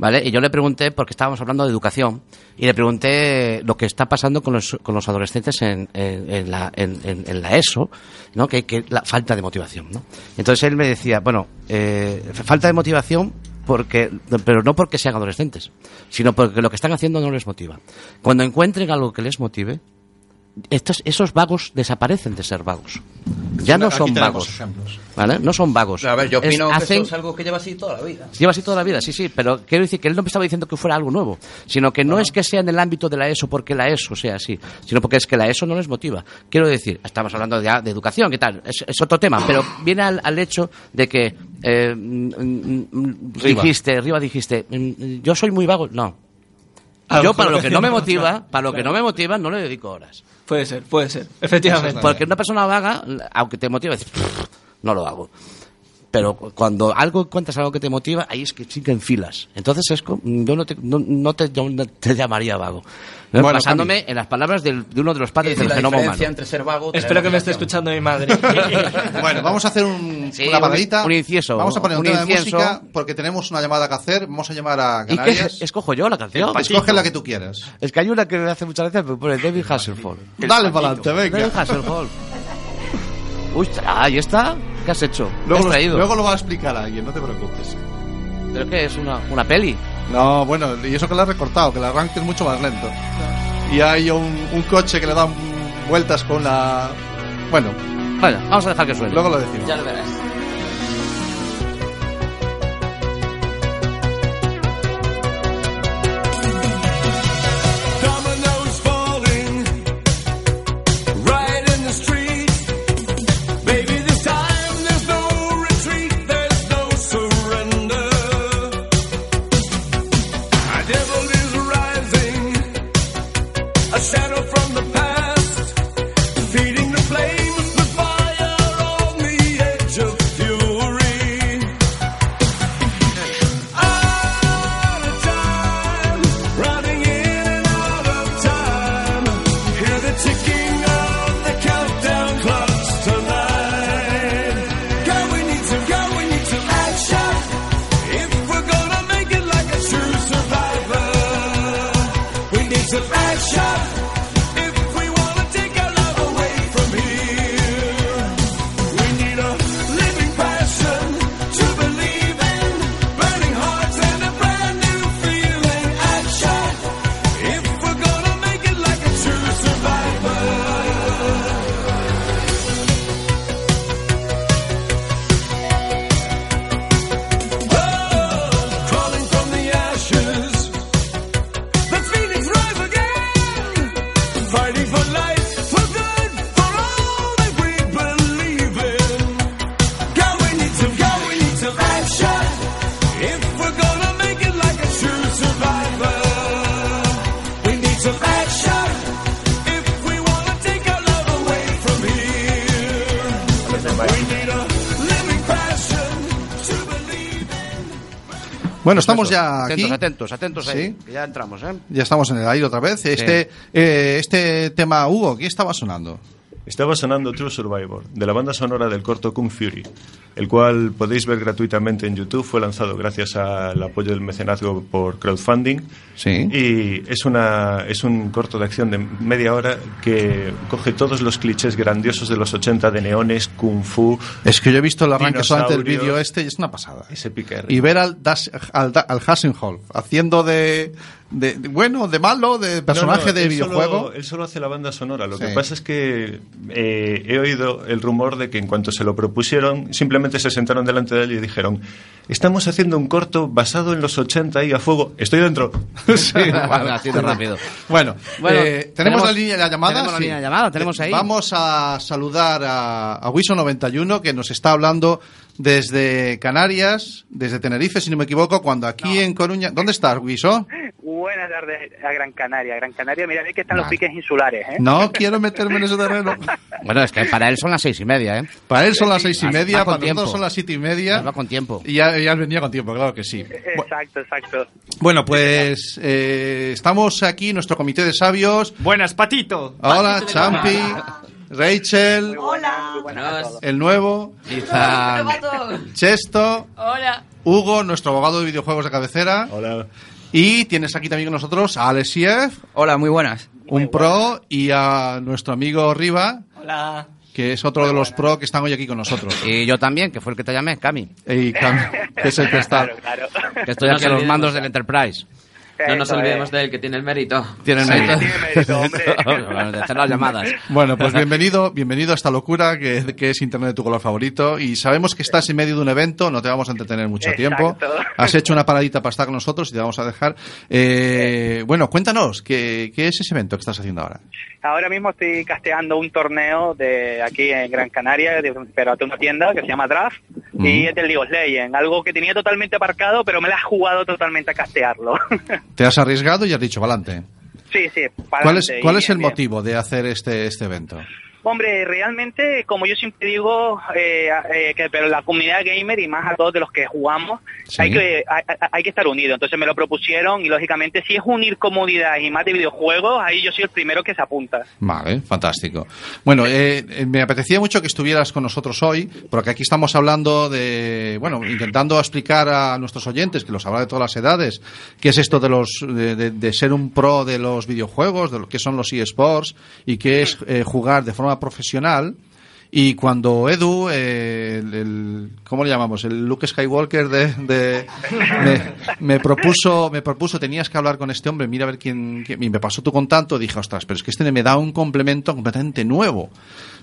¿Vale? Y yo le pregunté porque estábamos hablando de educación y le pregunté lo que está pasando con los, con los adolescentes en, en- en la, en- en- en la ESO, ¿no? Que, que la falta de motivación, ¿no? Entonces él me decía, bueno, eh, falta de motivación porque pero no porque sean adolescentes, sino porque lo que están haciendo no les motiva. Cuando encuentren algo que les motive, estos, esos vagos desaparecen de ser vagos. Ya no
Aquí
son
tenemos
vagos.
ejemplos.
¿Vale? No son vagos.
A ver, yo
Es-
opino que
hacen-
eso es algo que lleva así toda la vida.
Lleva así toda la vida, sí, sí, pero quiero decir que él no me estaba diciendo que fuera algo nuevo, sino que no es que sea en el ámbito de la ESO porque la ESO sea así, sino porque es que la ESO no les motiva. Quiero decir, estamos hablando ya de educación, ¿qué tal? Es, es otro tema, pero viene al, al hecho de que eh, mm, mm, mm,
Riva.
dijiste, Riva dijiste, mm, yo soy muy vago. No.
A lo
Yo
mejor
para lo
lo
que
que
no me
no,
motiva,
claro,
para lo que
claro.
no me motiva, no le dedico horas.
Puede ser, puede ser, efectivamente.
Pues Porque una persona vaga, aunque te motive, dices, "Pff, no lo hago. Pero cu- cuando algo encuentras algo que te motiva, ahí es que sí que enfilas. Entonces es co- yo no te, no, no te, yo no te llamaría vago. ¿no?
Bueno,
Basándome en las palabras del- de uno de los padres
Y
del
la
genoma
diferencia
humano.
entre ser vago tener
Espero que me esté
vocación.
escuchando mi madre.
Bueno, vamos a hacer un,
Sí,
una
un-
paradita.
un incienso,
Vamos a poner un,
un
tema
incienso.
de música porque tenemos una llamada que hacer. Vamos a llamar a
¿Y qué?
Canarias.
Escojo yo la canción.
Escoge Pues la que tú quieras.
Es que hay una que me hace muchas gracias, me pone David Hasselhoff.
Dale para adelante,
David
venga.
Hasselhoff. Uy, ahí está. ¿Qué has hecho? ¿Qué
Luego,
has
lo-
traído?
luego lo va a explicar alguien, no te preocupes.
Creo que es una, una peli.
No, bueno, y eso que la has recortado, que el arranque es mucho más lento. Y hay un, un coche que le da mm, vueltas con la... Bueno,
Bueno, vamos a dejar que suene.
luego lo decimos.
lo verás.
Oh,
Bueno, estamos ya
atentos,
aquí.
Atentos, atentos ahí.
Sí.
que ya entramos, ¿eh?
Ya estamos en el aire otra vez. Este, eh, este tema, Hugo, ¿qué estaba sonando?
Estaba sonando True Survivor, de la banda sonora del corto Kung Fury, el cual podéis ver gratuitamente en YouTube. Fue lanzado gracias al apoyo del mecenazgo por crowdfunding.
Sí.
Y es, una, es un corto de acción de media hora que coge todos los clichés grandiosos de los 80 de neones, kung fu.
Es que yo he visto el arranque solamente del
dinosaurios.
vídeo este y es una pasada.
Ese pique
Y ver al, Das- al, Da- al Hasselhoff haciendo de, de- de bueno, de malo, de personaje
No, no,
de
él solo-
videojuego.
él solo hace la banda sonora. Lo
Sí.
que pasa es que eh, he oído el rumor de que en cuanto se lo propusieron, simplemente se sentaron delante de él y dijeron: Estamos haciendo un corto basado en los 80 y a fuego. Estoy dentro.
Sí, vale.
Así de rápido.
Bueno,
Bueno,
eh, tenemos,
tenemos-
la línea de la llamada.
tenemos la
Sí. Eh,
línea de llamada, tenemos ahí.
Vamos a saludar a, a Wiso91, que nos está hablando desde Canarias, desde Tenerife, si no me equivoco, cuando aquí en Coruña. ¿Dónde estás, Wiso?
Buenas tardes a Gran Canaria. Gran Canaria, mira, ahí que están los
Vale.
piques insulares, ¿eh?
No quiero meterme en ese terreno.
Bueno, es que para él son las seis y media, ¿eh?
Para él son las seis y
Va-
media,
va con
para nosotros
tiempo.
son las siete y media.
Va con tiempo.
Y ya, ya venía con tiempo, claro que sí.
Exacto, exacto.
Bueno, pues eh, estamos aquí, nuestro comité de sabios.
Buenas, Patito.
Hola, Champi, Rachel,
Hola.
el nuevo, Chesto.
Hola.
Hugo, nuestro abogado de videojuegos de cabecera.
Hola.
Y tienes aquí también con nosotros a Alexiev,
Hola, muy buenas.
un pro, y a nuestro amigo Riva,
Hola.
que es otro de los pro que están hoy aquí con nosotros.
Y yo también, que fue el que te llamé, Cami.
Y Cam, que es el que está.
Que estoy
No nos
aquí a los
olvidemos.
mandos del Enterprise.
No nos
Eso
eh,
olvidemos de él, que tiene el mérito.
Tienen
Sí.
mérito. Oh, Ah, Bueno, de hacer las llamadas.
Bueno, pues bienvenido, bienvenido a esta locura que, que es Internet de tu color favorito. Y sabemos que estás en medio de un evento, no te vamos a entretener mucho
Exacto.
tiempo. Has hecho una paradita para estar con nosotros y te vamos a dejar. Eh, bueno, cuéntanos, ¿qué, ¿qué es ese evento que estás haciendo ahora?
Ahora mismo estoy casteando un torneo de aquí en Gran Canaria, de- pero de una tienda que se llama Draft, y es del League of Legends, algo que tenía totalmente aparcado, pero me la has jugado totalmente a castearlo.
Te has arriesgado y has dicho, valante.
sí, sí, para
¿Cuál es,
adelante,
cuál
y
es el
bien, bien.
motivo de hacer este, este evento?
Hombre, realmente, como yo siempre digo, eh, eh, que pero la comunidad gamer y más a todos de los que jugamos,
Sí.
hay que hay, hay- hay que estar unidos. Entonces me lo propusieron y lógicamente si es unir comunidades y más de videojuegos, ahí yo soy el primero que se apunta.
Vale, fantástico. Bueno, eh, eh, me apetecía mucho que estuvieras con nosotros hoy, porque aquí estamos hablando de, bueno, intentando explicar a nuestros oyentes, que los habrá de todas las edades, qué es esto de los de, de- de ser un pro de los videojuegos, de lo que son los eSports y qué es eh, jugar de forma profesional. Y cuando Edu, eh, el, el- ¿cómo le llamamos? El Luke Skywalker de, de- me, me propuso, me propuso, tenías que hablar con este hombre, mira a ver quién, quién- y me pasó tú con tanto, dije, ostras, pero es que este me da un complemento completamente nuevo,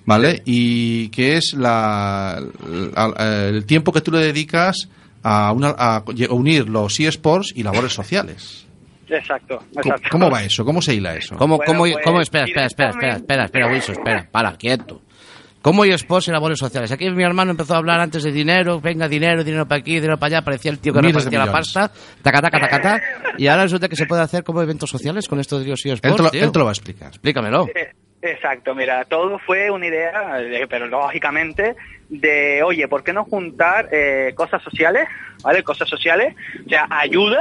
¿vale? Y que es la, al- el tiempo que tú le dedicas a, una- a unir los eSports y labores sociales.
Exacto.
¿Cómo,
exacto.
cómo va eso? ¿Cómo se hila eso?
¿Cómo,
Bueno,
cómo,
pues,
cómo- espera, espera, espera, espera, espera, espera, Wilson, espera, para, quieto. ¿Cómo y esposa y labores sociales? Aquí mi hermano empezó a hablar antes de dinero, venga, dinero, dinero para aquí, dinero para allá, parecía el tío que
Miles de
repartía la
millones.
pasta, taca, taca, taca, taca, y ahora resulta que se puede hacer como eventos sociales con estos dios y
Él te,
esports,
lo,
tío.
él te lo va a explicar.
Explícamelo.
Eh, Exacto, mira, todo fue una idea, eh, pero lógicamente, de, oye, ¿por qué no juntar eh, cosas sociales? ¿Vale? Cosas sociales, o sea, ayuda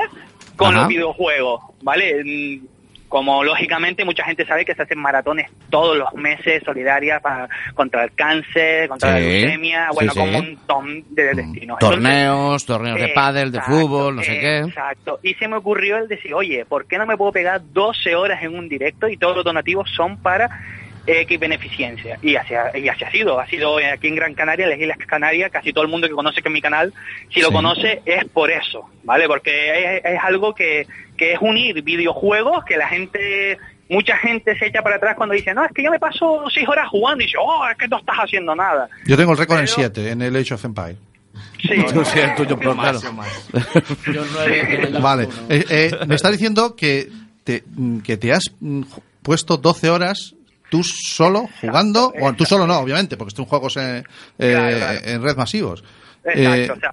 con
Ajá.
los videojuegos, ¿vale? Mm, Como lógicamente mucha gente sabe que se hacen maratones todos los meses solidarias para, contra el cáncer, contra
Sí,
la leucemia,
sí,
bueno,
sí.
con un montón de destinos. Entonces,
Mm. Torneos, torneos de pádel, de
Exacto,
fútbol, no sé qué.
Exacto. Y se me ocurrió el decir, oye, ¿por qué no me puedo pegar 12 horas en un directo y todos los donativos son para X beneficencia? Y así, ha- y así ha sido. Ha sido aquí en Gran Canaria, en las Islas Canarias, casi todo el mundo que conoce que mi canal, si lo
Sí.
conoce, es por eso, ¿vale? Porque es, es algo que, que es unir videojuegos que la gente... Mucha gente se echa para atrás cuando dice, no, es que yo me paso seis horas jugando y yo, oh, es que no estás haciendo nada.
Yo tengo el récord en 7, en el Age of Empire.
Sí.
Vale, Eh, eh, me está diciendo que te, que te has mm, ju- puesto 12 horas tú solo jugando, bueno, tú solo no, obviamente, porque son juegos en, eh, en red masivos. Eh,
Exacto, o sea,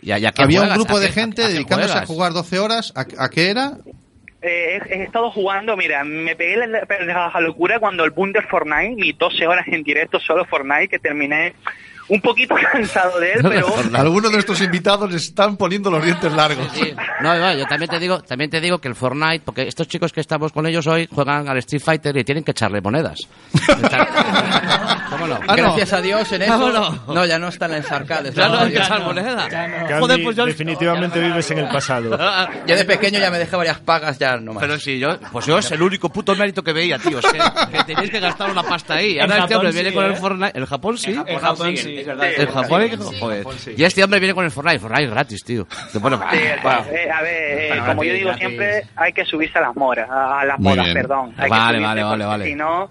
Y- y a qué
había un
juegas?
grupo
¿A
de
qué-
gente
a qué
dedicándose a
juegas?
jugar 12 horas, ¿a, a qué era?
eh, he, he estado jugando, mira, me pegué la, la- la locura cuando el boom del Fortnite, mis 12 horas en directo solo Fortnite, que terminé un poquito cansado de él, pero...
Algunos de nuestros invitados están poniendo los dientes largos.
No, no, yo también te digo, también te digo que el Fortnite, porque estos chicos que estamos con ellos hoy juegan al Street Fighter y tienen que echarle monedas. ¿Cómo Ah, no?
Gracias a Dios en eso.
Vámonos.
No, ya no están en sarcades.
Ya no hay que
ya
echar
no.
moneda.
Candy, pues
pues
definitivamente vives en el pasado.
Ah,
Yo de pequeño ya me dejé varias pagas, ya no más.
Pero sí, yo, pues yo es el único puto mérito que veía, tío. o sea, que tenéis que gastar una pasta ahí.
En
Ahora este
Japón
hombre
sí,
viene con
¿eh?
el Fortnite. El Japón sí.
En Japón sí, es verdad.
El Japón,
Sí,
hay que-
sí,
joder.
Japón sí.
Y este hombre viene con el Fortnite. Fortnite es gratis, tío. Te pone-
Sí, el-
Guau.
eh, a ver,
Ah,
eh,
Bueno,
como yo
gratis,
digo
gratis.
siempre, hay que subirse a las moras, a a las
Muy
modas,
bien.
perdón. Hay que
Vale,
subirse
vale, vale,
porque
vale.
Si no,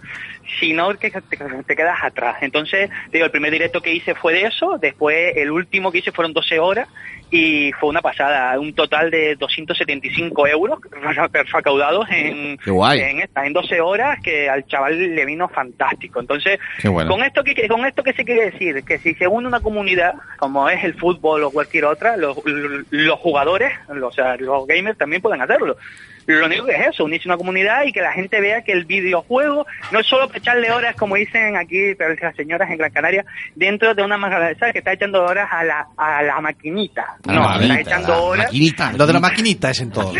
si no que te, te quedas atrás. Entonces, te digo, el primer directo que hice fue de eso, después el último que hice fueron 12 horas y fue una pasada, un total de 275 euros recaudados en,
Qué guay.
en, esta, en 12 horas que al chaval le vino fantástico. Entonces,
Qué bueno.
con esto que con esto que se quiere decir que si se une una comunidad como es el fútbol o cualquier otra los, los jugadores los, o sea, los gamers también pueden hacerlo lo único que es eso unirse a una comunidad y que la gente vea que el videojuego no es solo para echarle horas como dicen aquí pero las señoras en Gran Canaria dentro de una maquinita que está echando horas a la a la maquinita
A la
no
maquinita,
está echando horas
Lo de la maquinita es en todo.
Sí,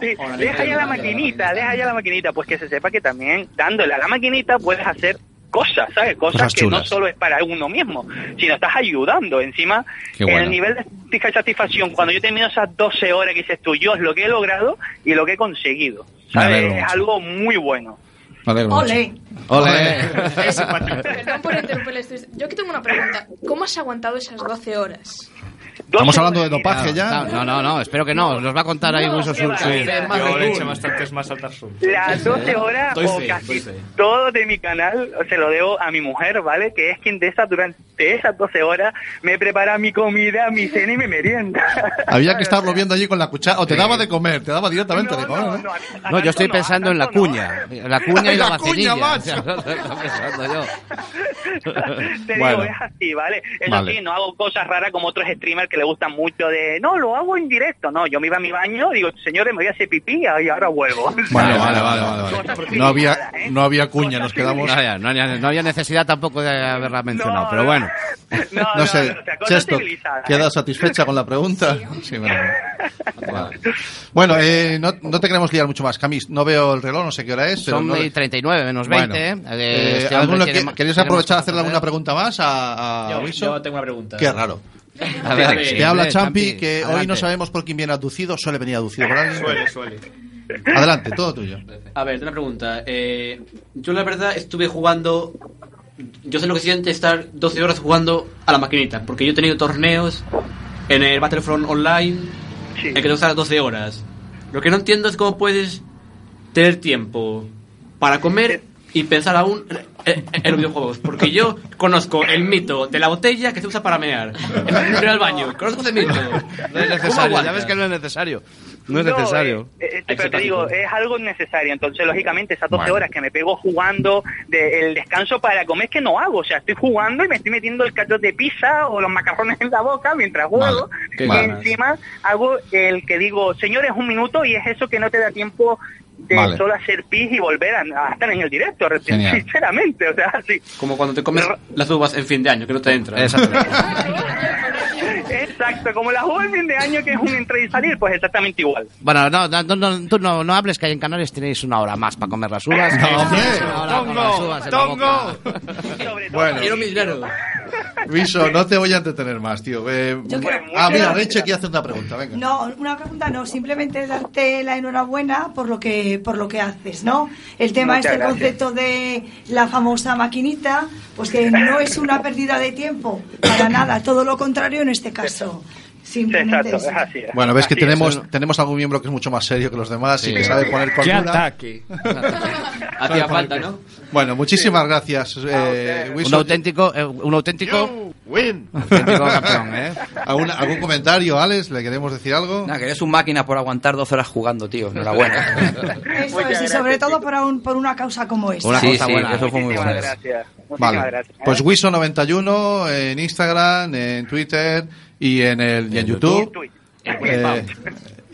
sí. Deja ya la maquinita, deja ya la maquinita, pues que se sepa que también dándole a la maquinita puedes hacer cosas, ¿sabes? Cosas,
Cosas
que no
chulas.
solo es para uno mismo, sino estás ayudando. Encima,
Qué bueno.
el nivel de satisfacción, cuando yo termino esas 12 horas que dices tú, yo es lo que he logrado y lo que he conseguido.
Me
¿sabes?
alegro
Es
mucho.
algo muy bueno.
Me alegro mucho.
Ole.
Ole.
Perdón por interrumpirles. Yo que tengo una pregunta. ¿Cómo has aguantado esas 12 horas?
Estamos hablando de dopaje
Claro,
ya.
No, no, no, espero que no. Nos va a contar ahí Wilson Sur.
Yo le eché bastantes más al Dark Souls.
Las 12 horas
Estoy
o
fe,
casi
estoy fe.
todo de mi canal se lo debo a mi mujer, ¿vale? Que es quien de esas, durante esas 12 horas me prepara mi comida, mi cena y mi merienda.
Había que estarlo viendo allí con la cuchara. O te daba de comer, te daba directamente de comer. ¿eh?
No, yo estoy pensando en la cuña. La cuña y la,
La cuña,
vacinilla.
macho.
Estoy pensando yo.
Te
Bueno.
digo, es así, ¿vale? Es
Vale.
así, no hago cosas raras como otros streamers que le gustan mucho de, no, lo hago en directo. No, yo me iba a mi baño, digo, señores, me voy a hacer pipí y ahora vuelvo.
Vale, vale, vale, vale, vale. No había, no había cuña, nos quedamos.
No había, no había- no había necesidad tampoco de haberla mencionado, pero bueno.
No sé, Chesto, ¿queda satisfecha con la pregunta? ¿eh? Sí, bueno. Vale. Bueno, eh, no, no te queremos liar mucho más, Camis. No veo el reloj, no sé qué hora es. pero
Son
no-
39 menos
Bueno,
20.
eh,
este hombre
¿alguno
tiene
que-
ma-
¿Queréis
tenemos
aprovechar a
cosas
hacerle alguna pregunta más a, a Wilson?
tengo una pregunta.
Qué raro.
A ver,
Te
siempre,
habla Champi,
Champi,
que hoy
adelante.
no sabemos por quién viene aducido. Suele venir aducido por alguien.
Suele, suele.
Adelante, todo tuyo.
A ver, tengo una pregunta. Eh, yo la verdad estuve jugando... Yo sé lo que siente estar 12 horas jugando a la maquinita, porque yo he tenido torneos en el Battlefront Online
¿eh?
en que tengo que estar 12 horas. Lo que no entiendo es cómo puedes tener tiempo para comer y pensar aún en, en los videojuegos, porque yo conozco el mito de la botella que se usa para mear, en vez de ir al baño, conozco ese mito.
No es necesario, ya ves que no es necesario. No es
No,
necesario.
eh, eh,
Hay
pero te
que-
digo, es algo necesario. Entonces, lógicamente, esas 12
Bueno.
horas que me pego jugando, de- el descanso para comer que no hago. O sea, estoy jugando y me estoy metiendo el cacho de pizza o los macarrones en la boca mientras juego.
Qué
y
ganas.
encima hago el que digo, señores, un minuto y es eso que no te da tiempo de
Vale.
solo hacer pis y volver a, a estar en el directo.
Genial.
Sinceramente, o sea, sí.
Como cuando te comes las uvas en fin de año, que no te entra.
Exacto, como la joven fin de año que es un entrar y salir, pues exactamente igual.
Bueno, no, no, no, no, tú no, no hables que ahí en Canarias tenéis una hora más para comer las uvas.
¡Tongo! Bueno,
Quiero mis dedos.
Viso, no te voy a entretener más, tío. Eh,
Yo creo-
ah, mira,
creo-
Reche quiere hacer una pregunta, venga.
No, una pregunta no, simplemente darte la enhorabuena por lo que por lo que haces, ¿no? El tema
Muchas
este
gracias.
concepto de la famosa maquinita, pues que no es una pérdida de tiempo, para nada, todo lo contrario en este caso. Simplemente
Exacto, es
eso.
así. es.
Bueno, ves que
Así es,
tenemos,
bueno.
tenemos algún miembro que es mucho más serio que los demás
Sí.
y que sabe poner
Qué
cordura.
ataque.
Hacía falta, ¿no?
Bueno, muchísimas gracias, eh,
Un
Wilson.
auténtico, eh, un auténtico, auténtico campeón, ¿eh?
¿Algún, algún comentario, Alex? ¿Le queremos decir algo?
Nada, que eres un máquina por aguantar 12 horas jugando, tío. Enhorabuena.
Eso es, y sobre todo para un, por una causa como esta.
Una Sí, cosa sí, buena. eso fue muy
Ah, Muchísimas
bueno.
gracias. Muchísimas
Vale.
gracias.
Pues Wiso91 en Instagram, en Twitter y en, el, y en YouTube.
Twitch.
Eh,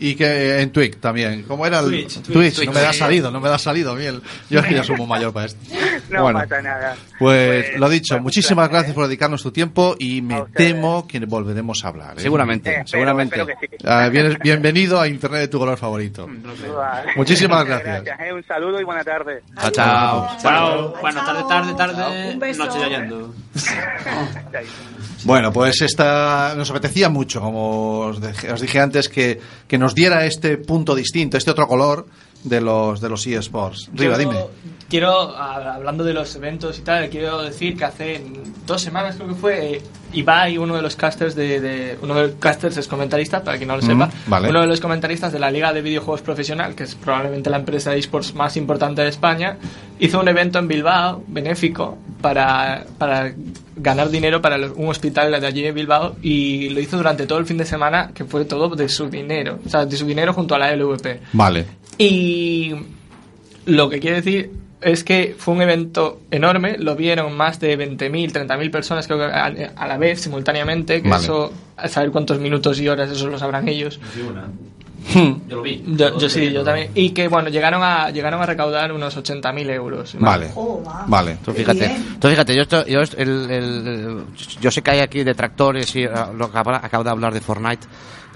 Y que en Twitch también. ¿Cómo era el
Twitch, Twitch.
no
Twitch.
me da salido, no me da salido bien. Yo es que ya soy muy mayor para esto.
No
Bueno.
pasa nada.
Pues, lo dicho, muchísimas gracias
eh.
por dedicarnos tu tiempo y me temo que volveremos a hablar. ¿eh?
Seguramente,
Eh, espero- seguramente. espero que sí.
Ah, bien- bienvenido a Internet de tu color favorito.
Vale.
Muchísimas
Muchas
gracias.
eh. Un saludo y buena tarde.
Chao, chao.
Chao. Bueno, tarde, tarde, tarde.
Un beso.
Noche de hallando.
Bueno, pues esta nos apetecía mucho, como os, dej- os dije antes, que, que nos diera este punto distinto, este otro color de los de los eSports. Riva,
Yo
dime.
Quiero, a- hablando de los eventos y tal, quiero decir que hace dos semanas creo que fue, eh, Ibai, uno de los casters de, de- uno de los casters es comentarista, para quien no lo
Mm,
sepa,
vale.
uno de los comentaristas de la Liga de Videojuegos Profesional, que es probablemente la empresa de esports más importante de España, hizo un evento en Bilbao, benéfico, para, para ganar dinero para los- un hospital de allí de Bilbao y lo hizo durante todo el fin de semana, que fue todo de su dinero, o sea, de su dinero junto a la LVP.
Vale.
Y lo que quiere decir es que fue un evento enorme, lo vieron más de 20.000, 30.000 personas creo que a, a la vez, simultáneamente, que
Vale.
eso, a saber cuántos minutos y horas, eso lo sabrán ellos. Hmm.
Yo lo vi.
Yo, yo sí, yo también. Y que bueno, llegaron a, llegaron a recaudar unos 80.000 euros.
Vale. Vale.
Tú fíjate,
Bien.
tú fíjate yo, esto- yo, est- el- el- yo sé que hay aquí detractores y ah, lo acaba, acabo de hablar de Fortnite.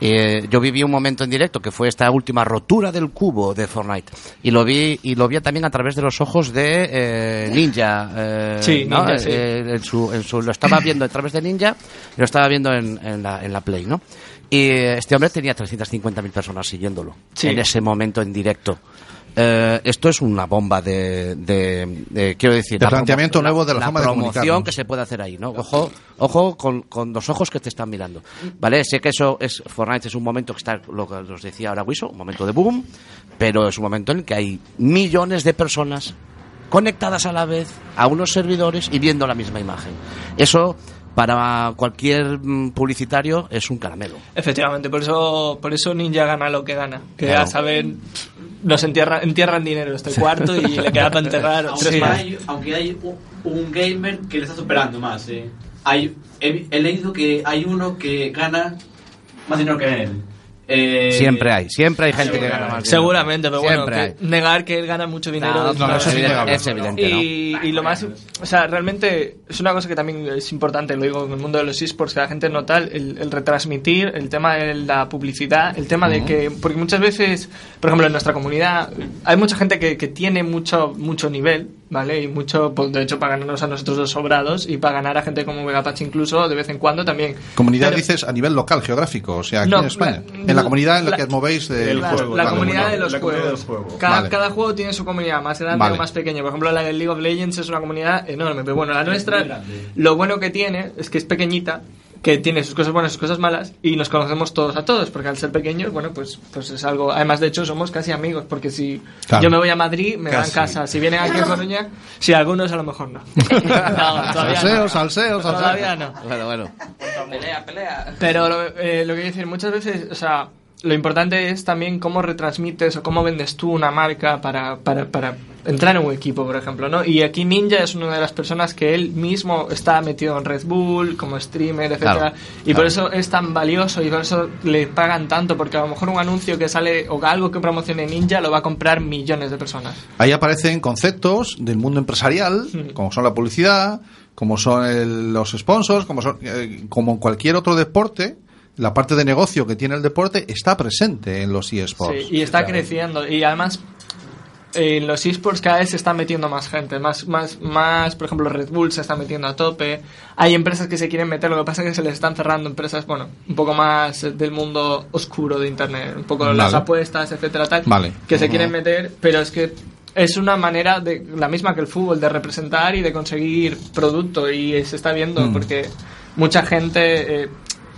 Eh, yo viví un momento en directo que fue esta última rotura del cubo de Fortnite y lo vi y lo vi también a través de los ojos de eh, Ninja. eh,
Sí,
¿no?
Ninja, sí.
Eh, en su, en su- lo estaba viendo a través de Ninja y lo estaba viendo en, en la, en la Play, ¿no? Y eh, este hombre tenía 350.000 personas siguiéndolo
Sí.
en ese momento en directo. Eh, esto es una bomba de, de- de- quiero decir,
De
la promo-
planteamiento nuevo de la forma de
promoción
comunicarnos.
que se puede hacer ahí, ¿no? Ojo, ojo con, con los ojos que te están mirando, ¿vale? Sé que eso es Fortnite es un momento que está lo que os decía ahora Wiso, un momento de boom, pero es un momento en el que hay millones de personas conectadas a la vez a unos servidores y viendo la misma imagen. Eso para cualquier mm, publicitario es un caramelo.
Efectivamente, por eso, por eso Ninja gana lo que gana. Que
Claro.
a saber, nos entierra, entierran dinero este cuarto y le queda para enterrar
aunque
tres más.
hay, aunque hay u- un gamer que le está superando más, eh. Hay, he, he leído que hay uno que gana más dinero que él. Eh,
Siempre hay, siempre hay gente que gana más. dinero.
Seguramente, pero bueno,
Siempre
que
hay.
negar que él gana mucho dinero.
No,
es
no,
una-
eso es innegable. Es evidente, ¿no?
Y, y lo más, o sea, realmente es una cosa que también es importante, lo digo en el mundo de los esports, que la gente nota el, el retransmitir, el tema de la publicidad, el tema de
Ujú.
que, porque muchas veces, por ejemplo, en nuestra comunidad hay mucha gente que, que tiene mucho, mucho nivel, ¿vale? Y mucho, pues, de hecho, para ganarnos a nosotros los sobrados y para ganar a gente como Vegapatch incluso, de vez en cuando también.
Comunidad
Pero-
dices a nivel local, geográfico, o sea, aquí
No,
en España.
la-
en la comunidad en la,
la-
que os movéis del
la,
juego.
la
Vale,
comunidad
bueno.
de los
comunidad
juegos.
del juego.
Cada,
Vale.
cada juego tiene su comunidad, más grande
Vale.
o más pequeña. Por ejemplo, la de League of Legends es una comunidad enorme, pero bueno, la
muy
nuestra,
grande.
lo bueno que tiene es que es pequeñita, que tiene sus cosas buenas y sus cosas malas, y nos conocemos todos a todos, porque al ser pequeños, bueno, pues, pues es algo. Además, de hecho, somos casi amigos, porque si
Claro.
yo me voy a Madrid, me
Casi.
dan casa. Si vienen aquí a Coruña, si algunos, a lo mejor no. No, todavía
Salseo,
no.
salseo, salseo.
Todavía no.
Bueno, bueno.
Pelea, pelea.
Pero lo, eh, lo que quiero decir, muchas veces, o sea, lo importante es también cómo retransmites o cómo vendes tú una marca para, para, para entrar en un equipo, por ejemplo, ¿no? Y aquí Ninja es una de las personas que él mismo está metido en Red Bull, como streamer, etcétera
Claro,
Y por
claro.
eso es tan valioso y por eso le pagan tanto, porque a lo mejor un anuncio que sale o algo que promocione Ninja lo va a comprar millones de personas.
Ahí aparecen conceptos del mundo empresarial, como son la publicidad, como son el- los sponsors, como, son, eh, como en cualquier otro deporte, la parte de negocio que tiene el deporte está presente en los eSports.
Sí, y está creciendo. Y además, eh, en los esports cada vez se está metiendo más gente. Más, más, más, por ejemplo, Red Bull se está metiendo a tope. Hay empresas que se quieren meter, lo que pasa es que se les están cerrando empresas, bueno, un poco más eh, del mundo oscuro de Internet. Un poco las
Vale.
apuestas, etcétera, tal.
Vale.
Que se
Ujú.
quieren meter, pero es que. Es una manera de la misma que el fútbol, de representar y de conseguir producto. Y eh, se está viendo,
Mm.
porque mucha gente eh,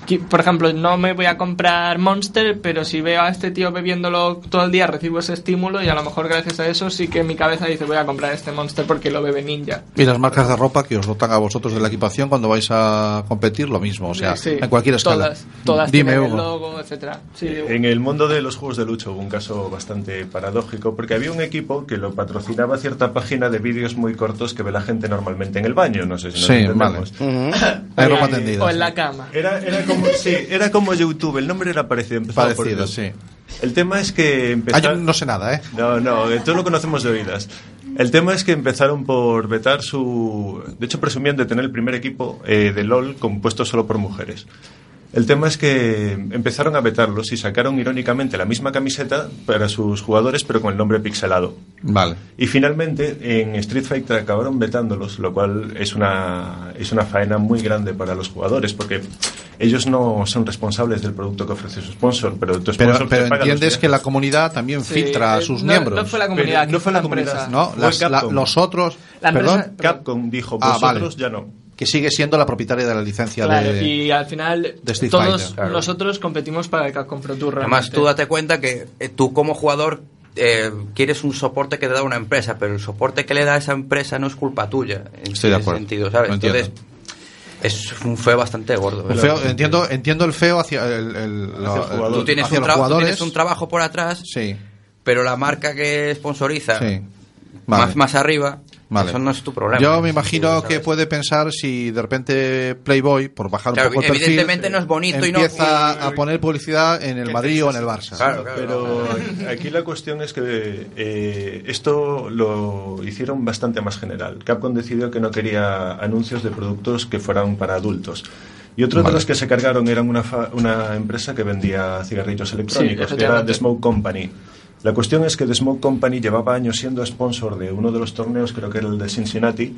Qui- Por ejemplo, no me voy a comprar Monster, pero si veo a este tío bebiéndolo todo el día, recibo ese estímulo y a lo mejor gracias a eso sí que mi cabeza dice voy a comprar este Monster porque lo bebe Ninja.
Y las marcas de ropa que os dotan a vosotros de la equipación cuando vais a competir, lo mismo, o sea,
Sí,
en cualquier escala.
Todas, todas
Dime,
tienen el
Hugo.
logo, etcétera. Sí, Hugo.
En el mundo de los juegos de lucha hubo un caso bastante paradójico porque había un equipo que lo patrocinaba cierta página de vídeos muy cortos que ve la gente normalmente en el baño, no sé si nos
Sí,
entendemos.
Hay ropa
O
tendida.
en la cama.
Era, era como, sí, era como YouTube, el nombre era parecido. empezaba por
Parecido,
YouTube.
sí. Ah,
El tema es que empezaron... no sé nada, ¿eh? No, no, eh, todos lo conocemos de oídas. El tema es que empezaron por vetar su... De hecho, presumían de tener el primer equipo eh, de LOL compuesto solo por mujeres. El tema es que empezaron a vetarlos y sacaron irónicamente la misma camiseta para sus jugadores, pero con el nombre pixelado.
Vale.
Y finalmente en Street Fighter acabaron vetándolos, lo cual es una, es una faena muy grande para los jugadores, porque ellos no son responsables del producto que ofrece su sponsor, pero tu
Pero,
sponsor te
pero
paga los
entiendes que la comunidad también
Sí,
filtra a
eh,
sus
no-
miembros.
no fue la comunidad, Pero no fue la fue la comunidad. empresa.
No,
Fue
las- la-
Capcom.
los otros.
La empresa-
¿Perdón?
Capcom dijo,
Ah, vale.
vosotros ya no.
Que sigue siendo la propietaria de la licencia
Claro,
de.
y al final
de Street
todos
Fighter, claro.
nosotros competimos para el Capcom Pro Tour.
Además,
realmente.
tú date cuenta que eh, tú como jugador eh, quieres un soporte que te da una empresa, pero el soporte que le da esa empresa no es culpa tuya. En
Estoy de
ese
acuerdo.
sentido, ¿sabes?
Lo entiendo.
Entonces, es un feo bastante gordo.
El feo- entiendo, entiendo el feo hacia el, el- lo-
Tú tienes,
hacia
un
los
tra- tú
jugadores.
tienes un trabajo por atrás, pero la marca que sponsoriza
Sí. Vale.
más, más arriba,
Vale.
eso no es tu problema.
Yo me imagino que puede pensar si de repente Playboy, por bajar
Claro,
un poco el perfil,
evidentemente no es bonito y no-
empieza a poner publicidad en el Madrid o en el Barça.
pero aquí la cuestión es que eh, esto lo hicieron bastante más general. Capcom decidió que no quería anuncios de productos que fueran para adultos. Y otro de
Vale.
los que se cargaron eran una, fa- una empresa que vendía cigarrillos electrónicos, que era
efectivamente.
The Smoke Company. La cuestión es que The Smoke Company llevaba años siendo sponsor de uno de los torneos, creo que era el de Cincinnati.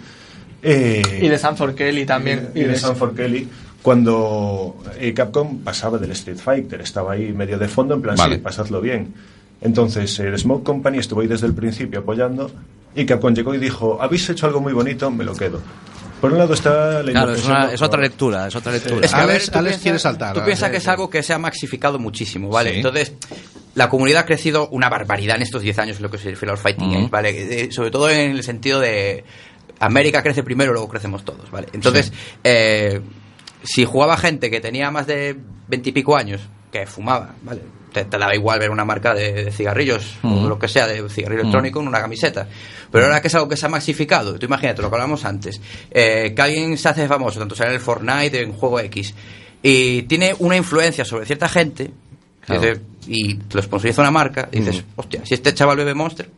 eh,
Y de Sanford Kelly también.
y de Sanford Kelly cuando eh, Capcom pasaba del Street Fighter, estaba ahí medio de fondo en plan,
Vale.
sí, pasadlo bien. Entonces, el Smoke Company estuvo ahí desde el principio apoyando y Capcom llegó y dijo, habéis hecho algo muy bonito, me lo quedo. Por un lado está la
Claro, es,
indefensión
una-
de-
es otra lectura, es otra lectura.
Es que, a ver, tú piensas- Tú piensas que es algo que se ha maxificado muchísimo, ¿vale?
Sí.
Entonces, la comunidad ha crecido una barbaridad en estos 10 años, lo que se refiere al fighting games, ¿vale? Eh, sobre todo en el sentido de. América crece primero, luego crecemos todos, ¿vale? Entonces, eh, si jugaba gente que tenía más de 20 y pico años, que fumaba, ¿vale? Te, te daba igual ver una marca de, de cigarrillos
Ujú.
o lo que sea, de cigarrillo
Ujú.
electrónico en una camiseta. Pero ahora que es algo que se ha maxificado, tú imagínate lo que hablábamos antes, eh, que alguien se hace famoso, tanto sea en el Fortnite, en juego X, y tiene una influencia sobre cierta gente,
Claro.
dice, y te lo sponsoriza una marca, y dices, hostia, si este chaval bebe Monster,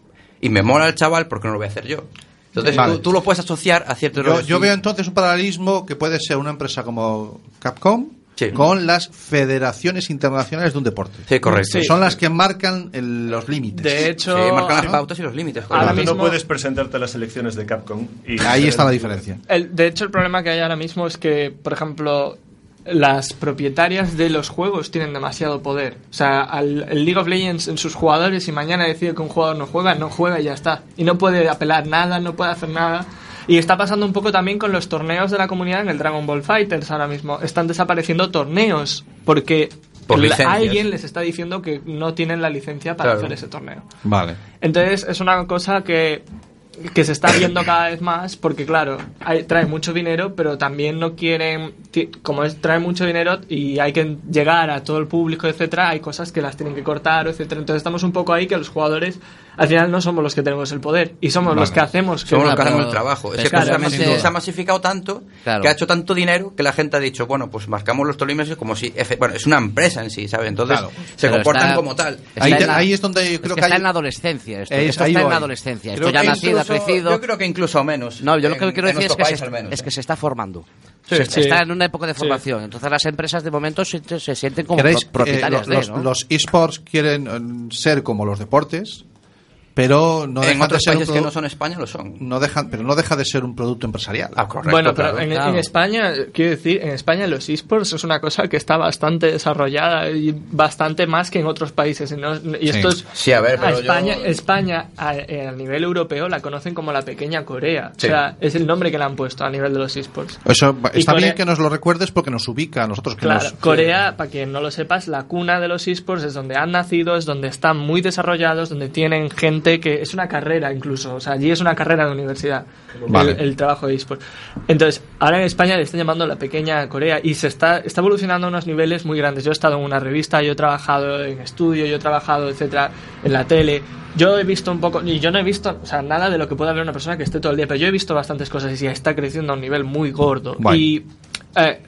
y me mola el chaval, ¿por qué no lo voy a hacer yo? Entonces
Vale.
tú, tú lo puedes asociar a cierto...
Yo, yo veo entonces un paralelismo que puede ser una empresa como Capcom con las federaciones internacionales de un deporte.
Sí, correcto. Sí.
Son las que marcan el- los límites.
De hecho,
Sí, marcan las pautas y los límites.
Ahora
Ahora
tú no
mismo-
puedes presentarte a las elecciones de Capcom. Y
Ahí está la diferencia.
El- de hecho, el problema que hay ahora mismo es que, por ejemplo, las propietarias de los juegos tienen demasiado poder. O sea, al, el League of Legends en sus jugadores, y mañana decide que un jugador no juega, no juega y ya está. Y no puede apelar nada, no puede hacer nada. Y está pasando un poco también con los torneos de la comunidad en el Dragon Ball Fighters ahora mismo. Están desapareciendo torneos porque
Por
la-
licencias.
alguien les está diciendo que no tienen la licencia para
Claro.
hacer ese torneo.
Vale.
Entonces es una cosa que, que se está viendo cada vez más porque, claro, hay- trae mucho dinero, pero también no quieren, ti- como es, trae mucho dinero y hay que llegar a todo el público, etcétera, hay cosas que las tienen que cortar, etcétera. Entonces estamos un poco ahí que los jugadores al final no somos los que tenemos el poder y somos los
Vale.
que hacemos
Somos los que hacemos el
Pero-
trabajo. Es
pero
que
claro,
precisamente
sin duda.
se ha masificado tanto,
Claro.
que ha hecho tanto dinero, que la gente ha dicho, bueno, pues marcamos los tolimes como si... efe- Bueno, es una empresa en sí, ¿sabes? Entonces
Claro.
se
Pero
comportan
está-
como tal.
está Ahí en te- la- ahí es
donde
yo es creo que que está hay- en la adolescencia esto, esto
ahí
está en la
voy.
adolescencia,
Creo
esto ya
que
ha nacido, ha
incluso-
crecido.
Yo creo que incluso menos.
No, yo lo que
En-
quiero
en
decir es
nuestro
que, se,
país, al menos. ¿eh?
es que se está formando.
Sí,
Se-
sí.
Está en una época de
Sí.
formación. Entonces las empresas de momento se, se sienten como
¿Queréis,
pro- propietarias
eh,
de,
los,
¿no?
los esports quieren eh, ser como los deportes, pero no
en
dejan de
otros
ser un
países que
produ-
no son España lo son.
no dejan, pero no deja de ser un producto empresarial.
Ah.
bueno, pero en, en España, eh, quiero decir, en España los esports es una cosa que está bastante desarrollada y bastante más que en otros países. ¿no? Y esto es-
Sí, a ver, pero yo-
Ah, España, España a, eh, a nivel europeo la conocen como la pequeña Corea.
Sí.
O sea, es el nombre que le han puesto a nivel de los esports.
Eso va-
Y
está
Corea-
bien que nos lo recuerdes porque nos ubica a nosotros pues que
Claro,
nos-
Corea, para quien no lo sepas, la cuna de los esports es donde han nacido, es donde están muy desarrollados, donde tienen gente que es una carrera incluso, o sea, allí es una carrera de universidad
Vale.
el, el trabajo de esports. Entonces, ahora en España le están llamando la pequeña Corea y se está, está evolucionando a unos niveles muy grandes. Yo he estado en una revista, yo he trabajado en estudio, yo he trabajado, etcétera, en la tele. Yo he visto un poco, y yo no he visto, o sea, nada de lo que pueda ver una persona que esté todo el día, pero yo he visto bastantes cosas y está creciendo a un nivel muy gordo.
Guay.
Y eh,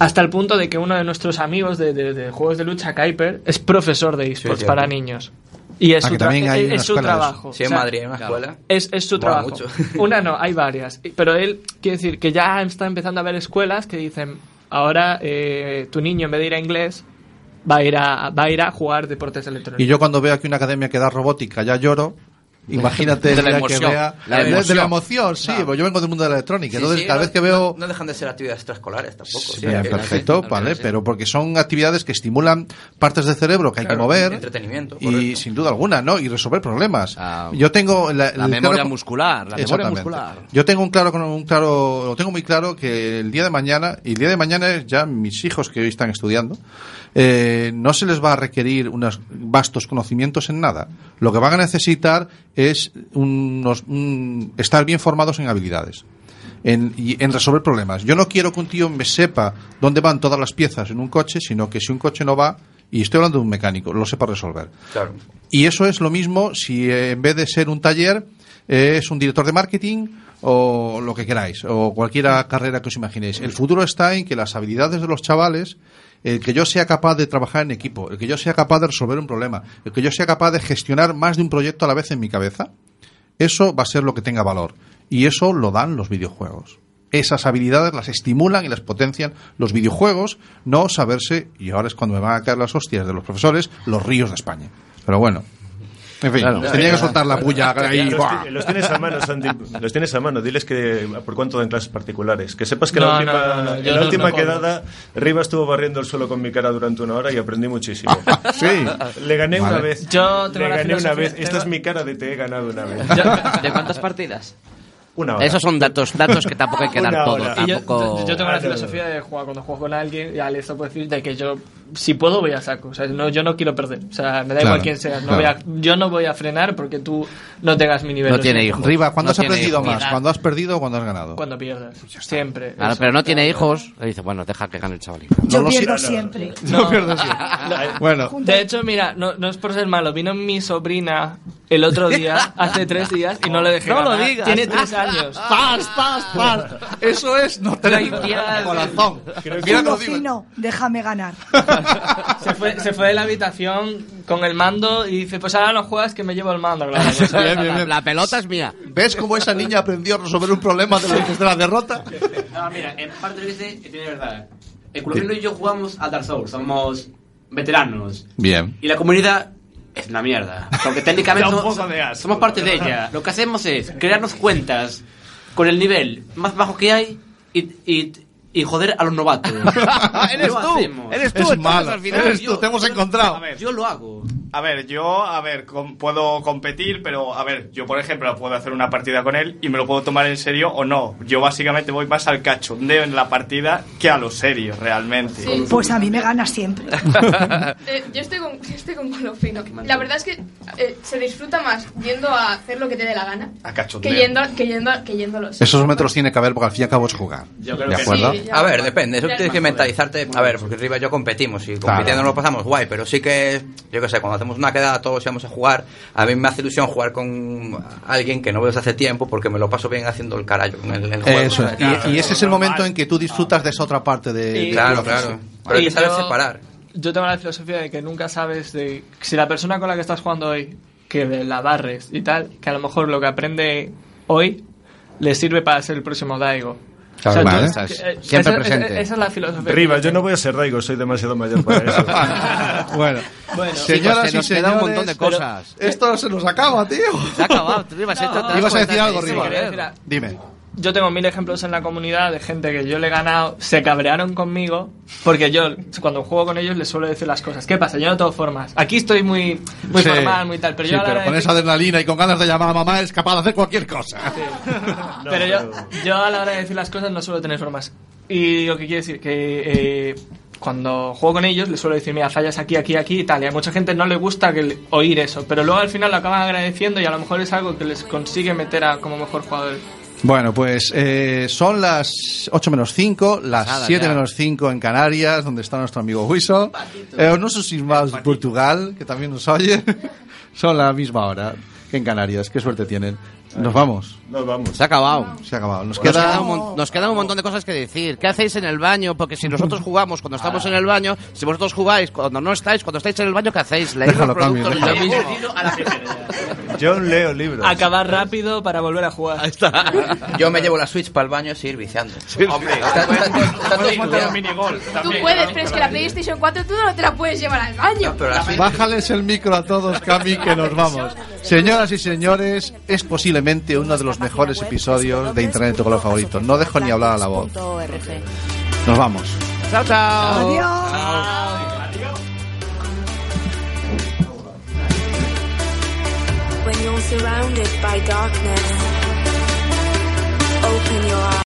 Hasta el punto de que uno de nuestros amigos de, de- de juegos de lucha, Kuiper, es profesor de esports
cierto.
para niños. Y es
Ah,
su,
que
tra-
también hay
es-
una
es su
escuela de eso.
trabajo.
Sí, en Madrid hay una escuela.
Es, es su
Mola
trabajo.
mucho.
Una no, hay varias. Y- Pero él, quiere decir, que ya está empezando a haber escuelas que dicen, ahora eh, tu niño en vez de ir a inglés, va a ir a, va a, ir a jugar deportes electrónicos.
Y yo cuando veo aquí una academia que da robótica ya lloro. Imagínate
De la
el día
emoción.
que vea
La
de- de
emoción.
la emoción, sí, pues yo vengo del mundo de la electrónica,
Sí,
entonces
sí,
cada
no-
vez que veo
No, no dejan de ser actividades extraescolares tampoco. sí,
Bien,
que-
perfecto, vale, pero porque son actividades que estimulan partes del cerebro que hay
Claro,
que mover.
entretenimiento, Ah,
Y sin duda alguna, ¿no? Y resolver problemas. Yo tengo la,
la
el
memoria
claro-
muscular, la memoria
Exactamente.
muscular.
Yo tengo un claro, un claro, lo tengo muy claro que el día de mañana, y el día de mañana es ya mis hijos que hoy están estudiando, eh, no se les va a requerir unos vastos conocimientos en nada. Lo que van a necesitar es unos, un- estar bien formados en habilidades en, y en resolver problemas. Yo no quiero que un tío me sepa dónde van todas las piezas en un coche, sino que si un coche no va, y estoy hablando de un mecánico, lo sepa resolver.
Claro.
Y eso es lo mismo si eh, en vez de ser un taller eh, es un director de marketing o lo que queráis, o cualquier carrera que os imaginéis. El futuro está en que las habilidades de los chavales, el que yo sea capaz de trabajar en equipo, el que yo sea capaz de resolver un problema, el que yo sea capaz de gestionar más de un proyecto a la vez en mi cabeza, eso va a ser lo que tenga valor. Y eso lo dan los videojuegos. Esas habilidades las estimulan y las potencian los videojuegos, no saberse, y ahora es cuando me van a caer las hostias de los profesores, los ríos de España. Pero bueno, en fin,
Claro.
os tenía que soltar la puya ahí,
Los,
¡buah!
ti- los tienes a mano, Santi, los tienes a mano. Diles que por cuánto dan clases particulares. Que sepas que
No,
la última,
no, no, no, yo
la
no-
última
no puedo.
quedada, Riva estuvo barriendo el suelo con mi cara durante una hora y aprendí muchísimo.
sí.
Le gané una
Vale.
vez.
Yo tengo
Le
la
gané una
filosofía-
vez. Esta
tengo-
es mi cara de te he ganado una vez.
¿De cuántas partidas?
Una hora.
Esos son datos, datos que tampoco hay que dar
Una
todo.
hora.
Y yo,
tampoco-
yo- yo tengo la filosofía de jugar cuando juego con alguien y al eso puedo decir de que yo si puedo voy a saco, o sea, no, yo no quiero perder, o sea, me da
Claro,
igual quién seas, no
claro.
voy a- yo no voy a frenar porque tú no tengas mi nivel.
No
lo
tiene
siento.
Riva, ¿cuándo has aprendido
hijos.
más? ¿Cuándo has perdido o cuándo has ganado?
Cuando pierdas,
Pues
siempre.
Claro,
eso.
pero no tiene hijos. Le dice, bueno, deja que gane el chavalín.
Yo pierdo siempre.
No.
Bueno,
De hecho, mira, no, no es por ser malo, vino mi sobrina el otro día, hace tres días, y no le dejé
No lo
ganar.
digas.
Tiene tres años.
¡Pas, pas, pas!
Eso es no
tener
corazón.
Fino, fino, déjame ganar.
Se fue, se fue de la habitación con el mando y dice, pues ahora no juegas que me llevo el mando. claro. pues,
Bien, bien, bien.
La pelota es mía.
¿Ves cómo esa niña aprendió a resolver un problema de la, desde la derrota?
No, Ah, mira, en parte lo que dice eh, tiene verdad. El Colomino y yo jugamos a Dark Souls, somos veteranos.
Bien.
Y la comunidad es una mierda. Porque técnicamente
Da un
somos,
poco de asco.
somos parte de ella. Lo que hacemos es crearnos cuentas con el nivel más bajo que hay y, y, y joder a los novatos.
Eres
Lo
tú,
hacemos.
eres tú, Es entonces, malo, al final. eres tú,
Yo-
te hemos
yo-
encontrado.
Yo lo hago.
A ver, yo, a ver, com- puedo competir, pero a ver, yo por ejemplo puedo hacer una partida con él y me lo puedo tomar en serio o no. Yo básicamente voy más al cachondeo en la partida que a lo serio, realmente.
Sí.
Pues a mí me gana siempre.
Eh, yo estoy con, yo estoy con Colofino. La verdad es que eh, se disfruta más yendo a hacer lo que te dé la gana
A
que yendo, que yendo, que yendo a los.
Esos metros tiene que haber porque al fin y al cabo es jugar. ¿De acuerdo?
sí, ya.
a ver, depende, eso
Ya
tienes
es
que
más
mentalizarte. A ver, porque arriba yo competimos y compitiendo
Claro.
no lo pasamos guay, pero sí que, yo qué sé, cuando hacemos una quedada todos íbamos a jugar. A mí me hace ilusión jugar con alguien que no veo desde hace tiempo porque me lo paso bien haciendo el carajo en el, en el juego.
Eso es.
¿sabes?
Y, y ese es el momento en que tú disfrutas de esa otra parte de.
Y-
de-
Claro,
de la
claro.
frase.
Pero hay que
Y
saber
yo-
separar.
Yo tengo la filosofía de que nunca sabes de si la persona con la que estás jugando hoy, que la barres y tal, que a lo mejor lo que aprende hoy le sirve para ser el próximo Daigo.
Claro,
tú-
vale.
que- eh,
Siempre
esa-
presente.
Esa, esa es la filosofía.
Riva, yo no voy a ser Daigo, soy demasiado mayor para eso.
Bueno,
Bueno,
señoras
chicos, se nos
y
queda un
señores,
montón de
pero
cosas.
Esto se nos acaba, tío.
Se ha acabado. Tú ibas a,
No,
Ibas a decir algo,
sí,
Riva.
quería decir a-
Dime.
Yo tengo mil ejemplos en la comunidad de gente que yo le he ganado, se cabrearon conmigo, porque yo cuando juego con ellos les suelo decir las cosas. ¿Qué pasa? Yo no tengo formas. Aquí estoy muy, muy
Sí.
formal, muy tal, pero
Sí,
yo a la hora de
con
decir-
esa adrenalina y con ganas de llamar a mamá es capaz de hacer cualquier cosa.
pero yo, yo a la hora de decir las cosas no suelo tener formas. Y lo que quiere decir, que eh, cuando juego con ellos les suelo decir, mira, fallas aquí, aquí, aquí y tal. Y a mucha gente no le gusta que le- oír eso, pero luego al final lo acaban agradeciendo y a lo mejor es algo que les consigue meter a como mejor jugador.
Bueno, pues eh, son las 8 menos 5, las
Pasada
7
ya.
menos 5 en Canarias, donde está nuestro amigo Huiso. Eh, no sé si más Portugal, que también nos oye. son la misma hora. Que que en Canarias. Qué suerte tienen. Nos vamos.
Nos vamos.
Se ha acabado.
Se ha acabado. Nos
Nos
Pues
Pues
queda,
queda un mon- nos queda un montón de cosas que decir. ¿Qué hacéis en el baño? Porque si nosotros jugamos cuando estamos
Ah.
en el baño, si vosotros jugáis cuando no estáis, cuando estáis en el baño, ¿qué hacéis? ¿Leéis
Déjalo,
los productos
Cami, déjalo.
del mismo?
Yo leo libros.
Acabar rápido para volver a jugar. Ahí
está.
Yo me llevo la Switch para el baño y seguir viciando. Hombre,
Tú puedes, pero es que la PlayStation 4 tú no te la puedes llevar al baño.
Bájales el micro a todos, Cami, que nos vamos. Señoras y señores, es posiblemente uno de los mejores episodios de Internet tu color favorito. No dejo ni hablar a la voz. Nos vamos.
Chao, chao.
Adiós.
When you're surrounded by darkness, open your eyes.